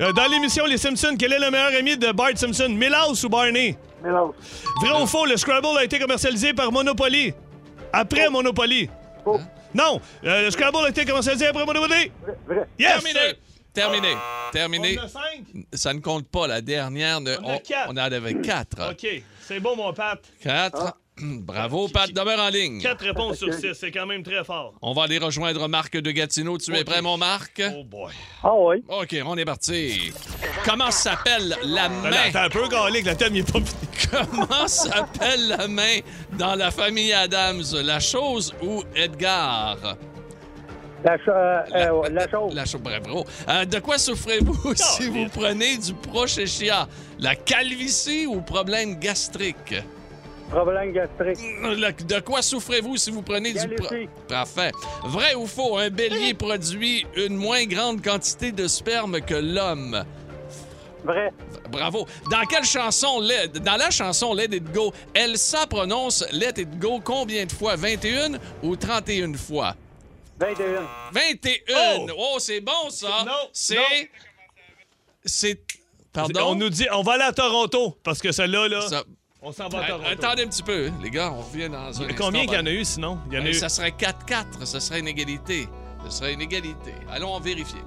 S3: Euh, dans l'émission Les Simpsons, quel est le meilleur ami de Bart Simpson? Milhouse ou Barney?
S5: mélange,
S3: Vrai ou faux, le Scrabble a été commercialisé par Monopoly? Après
S5: Oh.
S3: Monopoly? Hein?
S5: faux,
S3: Non! euh, le Scrabble a été commercialisé après Monopoly?
S5: Oh. vrai,
S3: Yes!
S2: Terminé. Terminé. Terminé.
S3: On a cinq?
S2: Ça ne compte pas. La dernière, ne-
S3: On a
S2: on,
S3: quatre.
S2: on en avait quatre.
S3: OK, c'est bon, mon Pat.
S2: Quatre. Bravo, Pat. Demeure en ligne.
S5: Ah,
S3: Quatre réponses sur six, c'est quand même très fort.
S2: On va aller rejoindre Marc de Gatineau. Tu es
S3: Ok.
S2: prêt, mon Marc?
S3: Oh boy.
S5: Ah oui.
S2: OK, on est parti. Comment s'appelle la
S3: Ben là,
S2: main?
S3: t'es un peu galé que le thème il est pas fini.
S2: Comment s'appelle la main dans la famille Adams? La chose ou Edgar?
S5: La, cha- euh, la chose,
S2: La chose, bravo. Euh, de quoi souffrez-vous si vous
S3: vite.
S2: prenez du Prochechia? La calvitie ou problème gastrique?
S5: problème gastrique,
S2: Le- de quoi souffrez-vous si vous prenez du... pro-
S5: Calvitie.
S2: Parfait. Vrai ou faux, un bélier produit une moins grande quantité de sperme que l'homme?
S5: vrai,
S2: Bravo. Dans quelle chanson, Let- dans la chanson Let It Go, Elsa prononce Let It Go combien de fois? 21 ou 31 fois?
S5: 21,
S2: Ah. 21! Oh, c'est bon, ça!
S3: Non, non.
S2: C'est... C'est... Pardon?
S3: On nous dit, on va aller à Toronto, parce que celle-là, là,
S2: Ça-
S3: on s'en va à
S2: Hey,
S3: Toronto.
S2: Attendez un petit peu, les gars, on revient dans un
S3: Combien qu'il y en
S2: instant.
S3: a eu, sinon? Il y en a
S2: Hey,
S3: eu...
S2: Ben, Ça serait 4-4, ça serait une égalité. Ce serait une égalité. Allons en vérifier.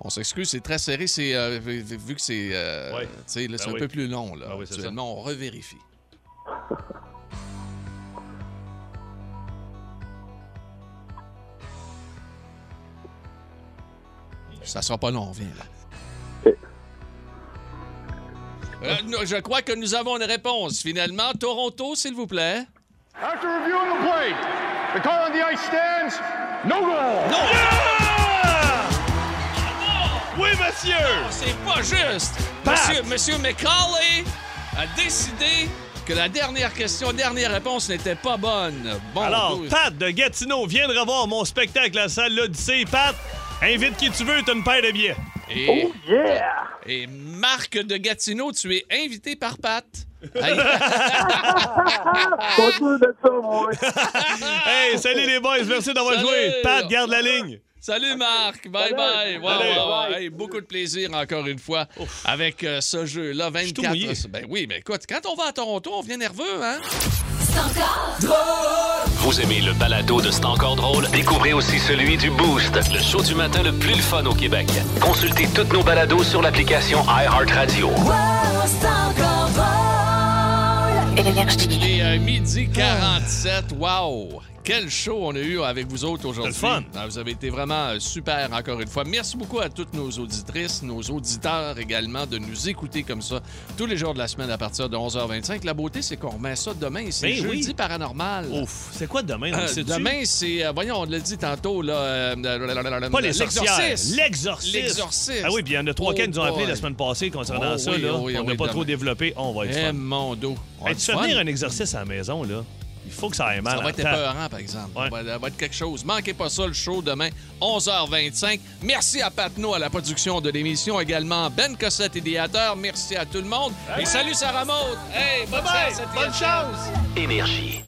S2: On s'excuse, c'est très serré, c'est euh, vu vu que c'est euh,
S3: Ouais.
S2: tu sais, là, c'est
S3: Ben
S2: un
S3: oui.
S2: peu plus long là.
S3: Ben oui, c'est ça.
S2: Actuellement, on revérifie. Ça sera pas long, on vient là. Euh, nous- je crois que nous avons une réponse finalement. Toronto, s'il vous plaît.
S9: After reviewing the play, the call on the ice stands. No goal.
S2: Non!
S3: Ah! Oui, monsieur!
S2: C'est pas juste!
S3: Pat!
S2: Monsieur, Monsieur McCauley a décidé que la dernière question, dernière réponse n'était pas bonne. Bon,
S3: Alors,
S2: douze-
S3: Pat de Gatineau, viens de revoir mon spectacle à la salle L'Odyssée. Pat, invite qui tu veux, t'as une paire de billets.
S2: et, et Marc de Gatineau, tu es invité par Pat. Aïe.
S5: pas sûr de ça, moi.
S3: Hey, salut les boys, merci d'avoir
S2: Ah! Salut!
S3: joué. Pat, garde la ligne.
S2: Salut Marc, bye bye. Ouais,
S3: Salut.
S2: ouais, ouais.
S5: Bye.
S2: Hey, beaucoup de plaisir encore une fois avec euh, ce jeu-là.
S3: tout
S2: 24.
S3: mouillé.
S2: Ben oui, mais écoute, quand on va à Toronto, on vient nerveux, hein?
S1: Vous aimez le balado de C'est encore drôle? Découvrez aussi celui du Boost, le show du matin le plus le fun au Québec. Consultez toutes nos balados sur l'application iHeartRadio.
S2: Il est euh,
S3: Ah.
S2: midi 47. Wow! Quel show on a eu avec vous autres aujourd'hui.
S3: C'était le fun.
S2: Ah, Vous avez été vraiment euh, super encore une fois. Merci beaucoup à toutes nos auditrices, nos auditeurs également de nous écouter comme ça tous les jours de la semaine à partir de 11h25. La beauté, c'est qu'on remet ça demain. C'est
S3: Ben oui.
S2: jeudi paranormal.
S3: Ouf, c'est quoi demain? on
S2: Euh,
S3: le sait-tu?
S2: demain, c'est. euh, voyons, on l'a dit tantôt, là. euh,
S3: Pas les sorcières.
S2: l'exorcisme.
S3: L'exorciste.
S2: L'exorciste.
S3: Ah oui, puis il y en a trois
S2: Oh
S3: qui nous ont appelé
S2: boy.
S3: la semaine passée concernant
S2: Oh
S3: ça.
S2: oui,
S3: là.
S2: oh oui,
S3: on
S2: oh
S3: n'a
S2: oui,
S3: pas trop
S2: demain.
S3: développé. On va être
S2: Eh,
S3: fun.
S2: mon dos. On va
S3: Hey,
S2: être
S3: tu fais
S2: fun.
S3: venir un exorciste à la maison, là. Il faut que ça aille mal.
S2: Ça va être
S3: Attends.
S2: épeurant, par exemple.
S3: Ouais.
S2: Ça, va, ça va être quelque chose. Manquez pas ça, le show demain, 11h25. Merci à Patno à la production de l'émission, également Ben Cossette, idéateur. Merci à tout le monde. Et salut Sarah Maud. Hey, bonne,
S3: Bye-bye.
S2: chance à
S3: Bonne
S2: TSN.
S3: chance!
S1: Énergie.